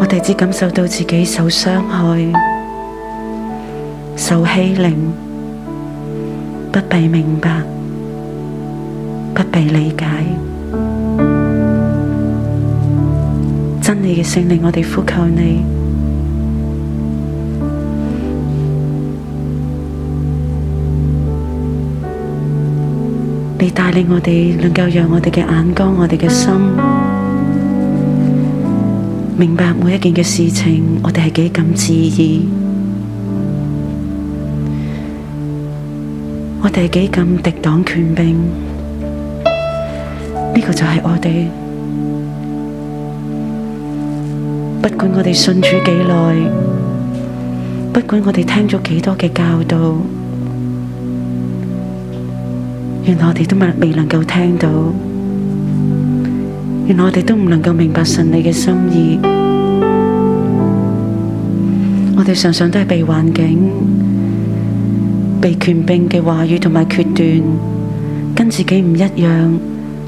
S7: 我哋只感受到自己受傷害、受欺凌，不被明白，不被理解。真理嘅聖靈，我哋呼求你，你帶領我哋，能夠讓我哋嘅眼光、我哋嘅心。明白每一件嘅事情，我哋係幾咁自意，我哋係幾咁敵擋權柄，呢、個就係我哋。不管我哋信主幾耐，不管我哋聽咗幾多嘅教導，原來我哋都未未能夠聽到。原來我哋都唔能夠明白神你嘅心意，我哋常常都係被環境、被權柄嘅話語同埋決斷，跟自己唔一樣，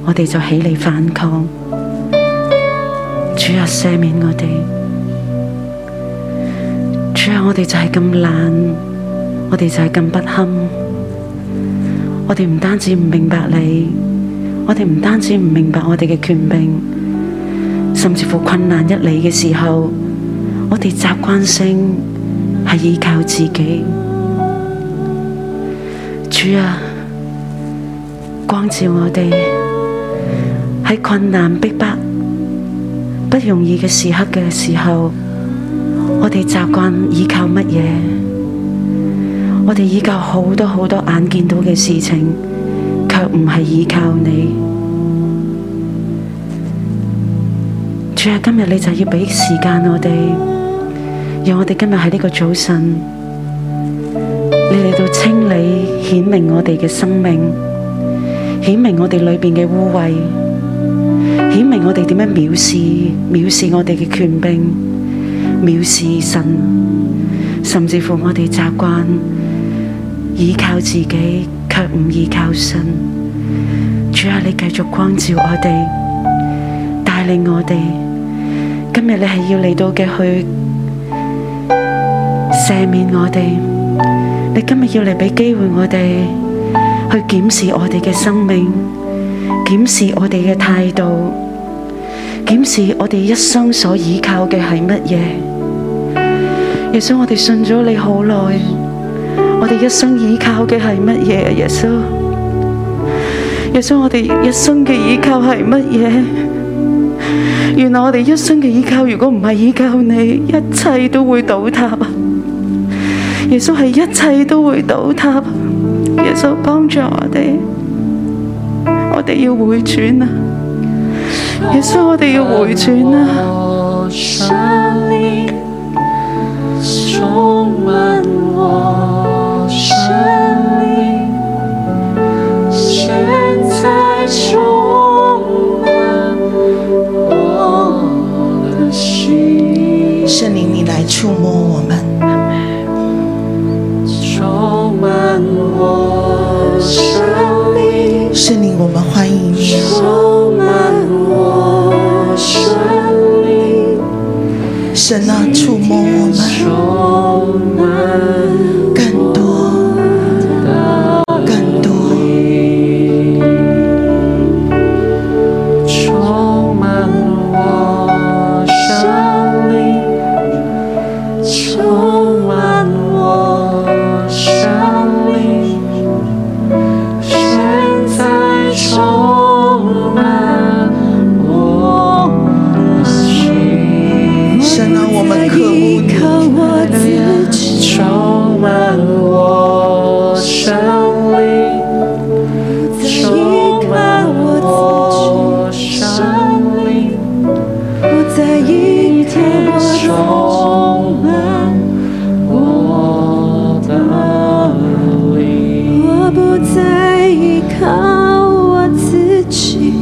S7: 我哋就起嚟反抗。主啊，赦免我哋！主啊，我哋就係咁懶，我哋就係咁不堪，我哋唔單止唔明白你，我哋唔單止唔明白我哋嘅權柄，甚至乎困難一嚟嘅時候。我哋習慣性係依靠自己。主啊，光照我哋喺困難逼迫、不容易嘅時刻嘅時候，我哋習慣依靠乜嘢？我哋依靠好多好多眼見到嘅事情，卻唔係依靠你。主啊，今日你就要俾時間我哋，讓我哋今日喺呢個早晨，你嚟到清理顯明我哋嘅生命，顯明我哋裏邊嘅污穢，顯明我哋點樣藐視藐視我哋嘅權柄，藐視神，甚至乎我哋習慣依靠自己，卻唔依靠神。主啊，你繼續光照我哋。帶領我哋。今日你係要嚟到嘅去赦免我哋，你今日要嚟俾機會我哋去檢視我哋嘅生命，檢視我哋嘅態度，檢視我哋一生所依靠嘅係乜嘢。耶穌，我哋信咗你好耐，我哋一生依靠嘅係乜嘢？啊耶穌，耶穌，我哋一生嘅依靠係乜嘢？原來我哋一生嘅依靠，如果唔係依靠你，一切都會倒塌。耶穌係一切都會倒塌。耶穌幫助我哋，我哋要回轉啊！耶穌，我哋要回轉啊！
S4: 我生命充满我生命，现在充满我的心，
S6: 圣灵，你来触摸我们，
S4: 充满我生命，
S6: 圣灵，我们欢迎你，啊
S4: 充满我生命，
S6: 神啊，触摸我们
S4: 充满。
S6: 更多，更多，
S4: 充满我生命，充满我生命，现在充满我心，
S6: 神啊，我们渴慕你，
S4: 充满我生命，充满我生命。充满我的灵，
S8: 我不再依靠我自己，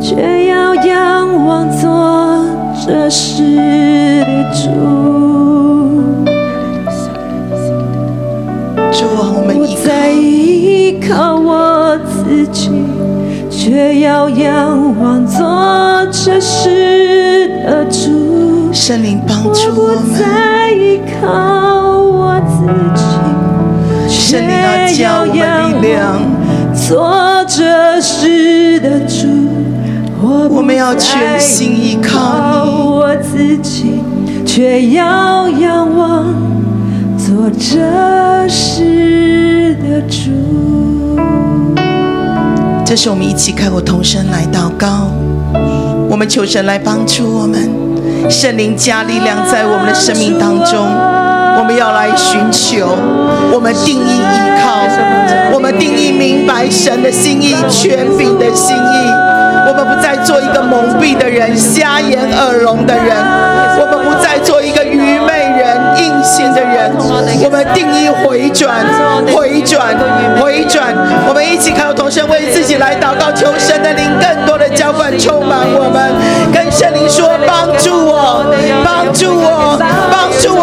S8: 却要仰望作这事的主。
S6: 主啊，我们
S8: 不
S6: 依靠
S8: 再依靠我自己，却要仰望作这事的主。
S6: 圣灵帮
S8: 我
S6: 助我
S8: 不
S6: 们，
S8: 再依靠我自己。
S6: 圣灵要加我们力量。
S8: 做这事的主，我不
S6: 我们要全心依靠
S8: 再依靠
S6: 你，
S8: 我自己，却要仰望做这事的主。
S6: 这是我们一起开口同声来祷告，我们求神来帮助我们，圣灵加力量在我们的生命当中，我们要来寻求，我们定义依靠，我们定义明白神的心意、权柄的心意，我们不再做一个蒙蔽的人、瞎眼耳聋的人，我们不再做一个愚昧人、硬性的人，我们定义回转、回转、回转，我们一起开口同声为自己来祷告，求神的灵更多的浇灌充满我们，跟圣灵说：帮助我，帮助我，帮助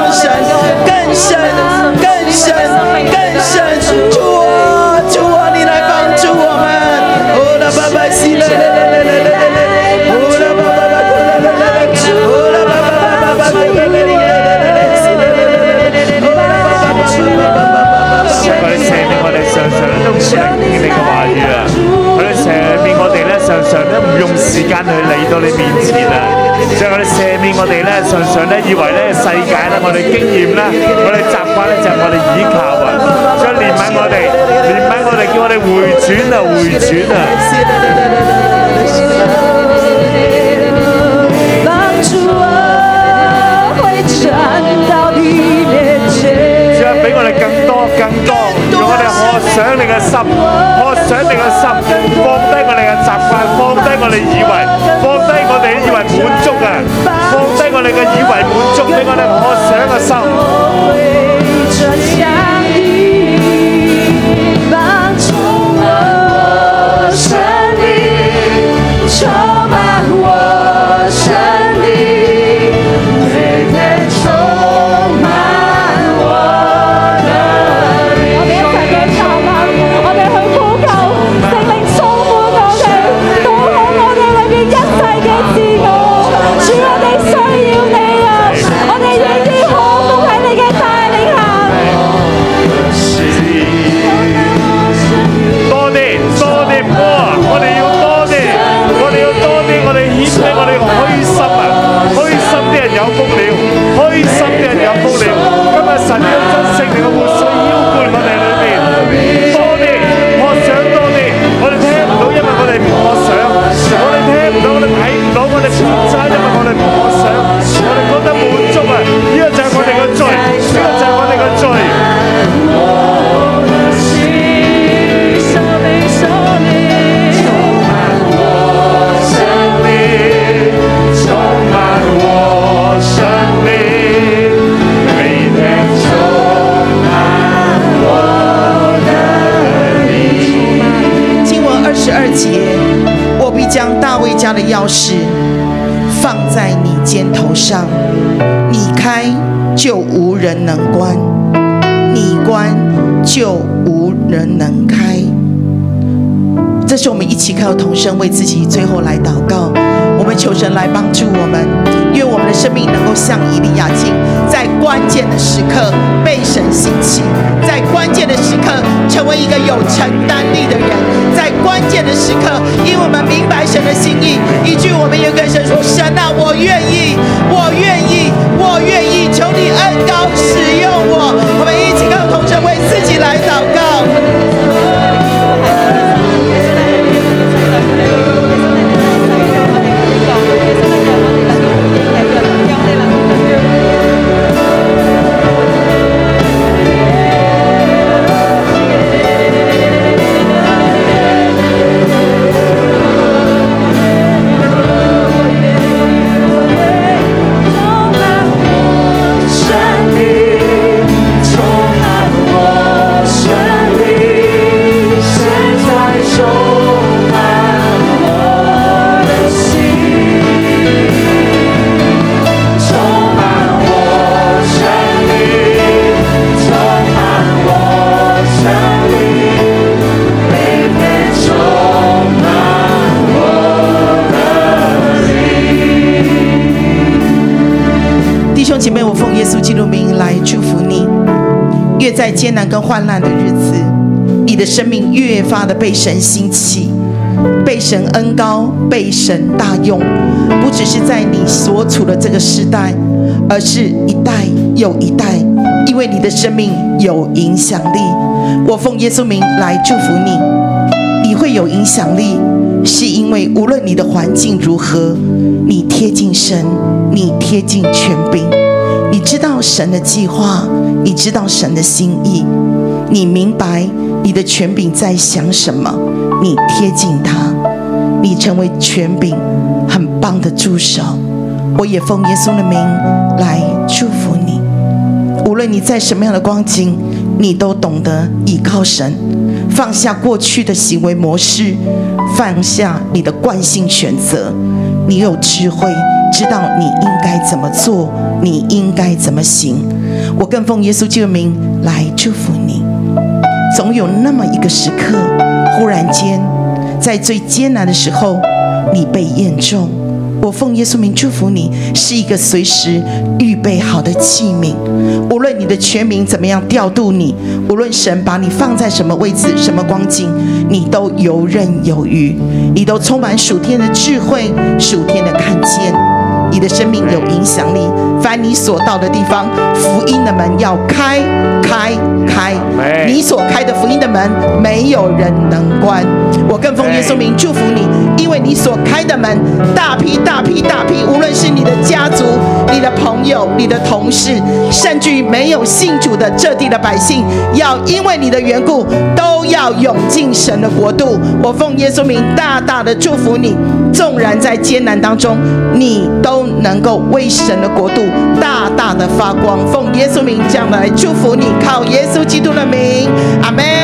S6: 啊
S9: 常咧唔用時間去嚟到你面前啊！所以我哋赦免我哋咧，常常咧以為咧世界咧，我哋經驗咧，我哋習慣咧就係我哋依靠啊！所以憐憫我哋，憐憫我哋，叫我哋回轉啊，回轉啊！
S4: 帮助我会站到你面前。
S9: 主啊，俾我哋更多更多，用我哋渴想你嘅心，渴想你嘅心，放低我哋嘅習慣，放低我哋以為，放低我哋以為滿足啊，放低我哋嘅以為滿足，俾我哋渴想嘅心，
S4: 我会转向你，帮助我生命，充满我生命，每天充满我的灵。我哋一齐去求问，我哋去呼求，圣灵充满我哋，倒好我哋里边一切嘅自我。主，我哋需要你啊！我哋愿意降服喺你嘅带领下。
S9: 多啲多啲 more，我哋要多啲，我哋要多啲，我哋顯俾我哋虛心啊，虛心啲人有福了，虛心啲人有福了，今日神嘅真聖靈嘅活水澆灌我哋裏面，多啲，我想多啲，我哋聽唔到，因為我哋唔渴想，我哋聽唔到，我哋睇唔到，我哋偏差，因為我哋唔渴想，我哋覺得滿足啊，呢個就係我哋嘅罪，呢個就係我哋嘅罪。
S6: 经文二十二节，我必将大卫家的钥匙放在你肩头上，你开就无人能关，你关就无人能开。这是我们一起靠同声为自己最后来祷告，我们求神来帮助我们，愿我们的生命能够像以利亚敬，在关键的时刻被神兴起，在关键的时刻成为一个有承担力的人，在关键的时刻，因为我们明白神的心意，一句我们也跟神说：神啊，我愿意，我愿意，我愿意，求你恩高使用我。我们一起靠同声为自己来祷告。弟兄姐妹，我奉耶稣基督名来祝福你，越在艰难跟患难的日子，你的生命越发的被神兴起，被神恩高，被神大用，不只是在你所处的这个时代，而是一代又一代，因为你的生命有影响力。我奉耶稣名来祝福你。你会有影响力，是因为无论你的环境如何，你贴近神，你贴近权柄，你知道神的计划，你知道神的心意，你明白你的权柄在想什么，你贴近他，你成为权柄很棒的助手。我也奉耶稣的名来祝福你。无论你在什么样的光景，你都懂得倚靠神，放下过去的行为模式，放下你的惯性选择。你有智慧，知道你应该怎么做，你应该怎么行。我更奉耶稣基督的名来祝福你。总有那么一个时刻，忽然间，在最艰难的时候，你被验中，我奉耶稣名祝福你，是一个随时预备好的器皿。无论你的全民怎么样调度你，无论神把你放在什么位置、什么光景，你都游刃有余，你都充满属天的智慧、属天的看见。你的生命有影响力，凡你所到的地方，福音的门要开开开。
S4: Amen
S6: 你所开的福音的门，没有人能关。我更奉耶稣名祝福你，因为你所开的门，大批大批大批，无论是你的家族、你的朋友、你的同事，甚至于没有信主的这地的百姓，要因为你的缘故，都要涌进神的国度。我奉耶稣名大大的祝福你，纵然在艰难当中，你都能够为神的国度大大的发光。奉耶稣名这样的来祝福你，靠耶稣基督的名，阿门。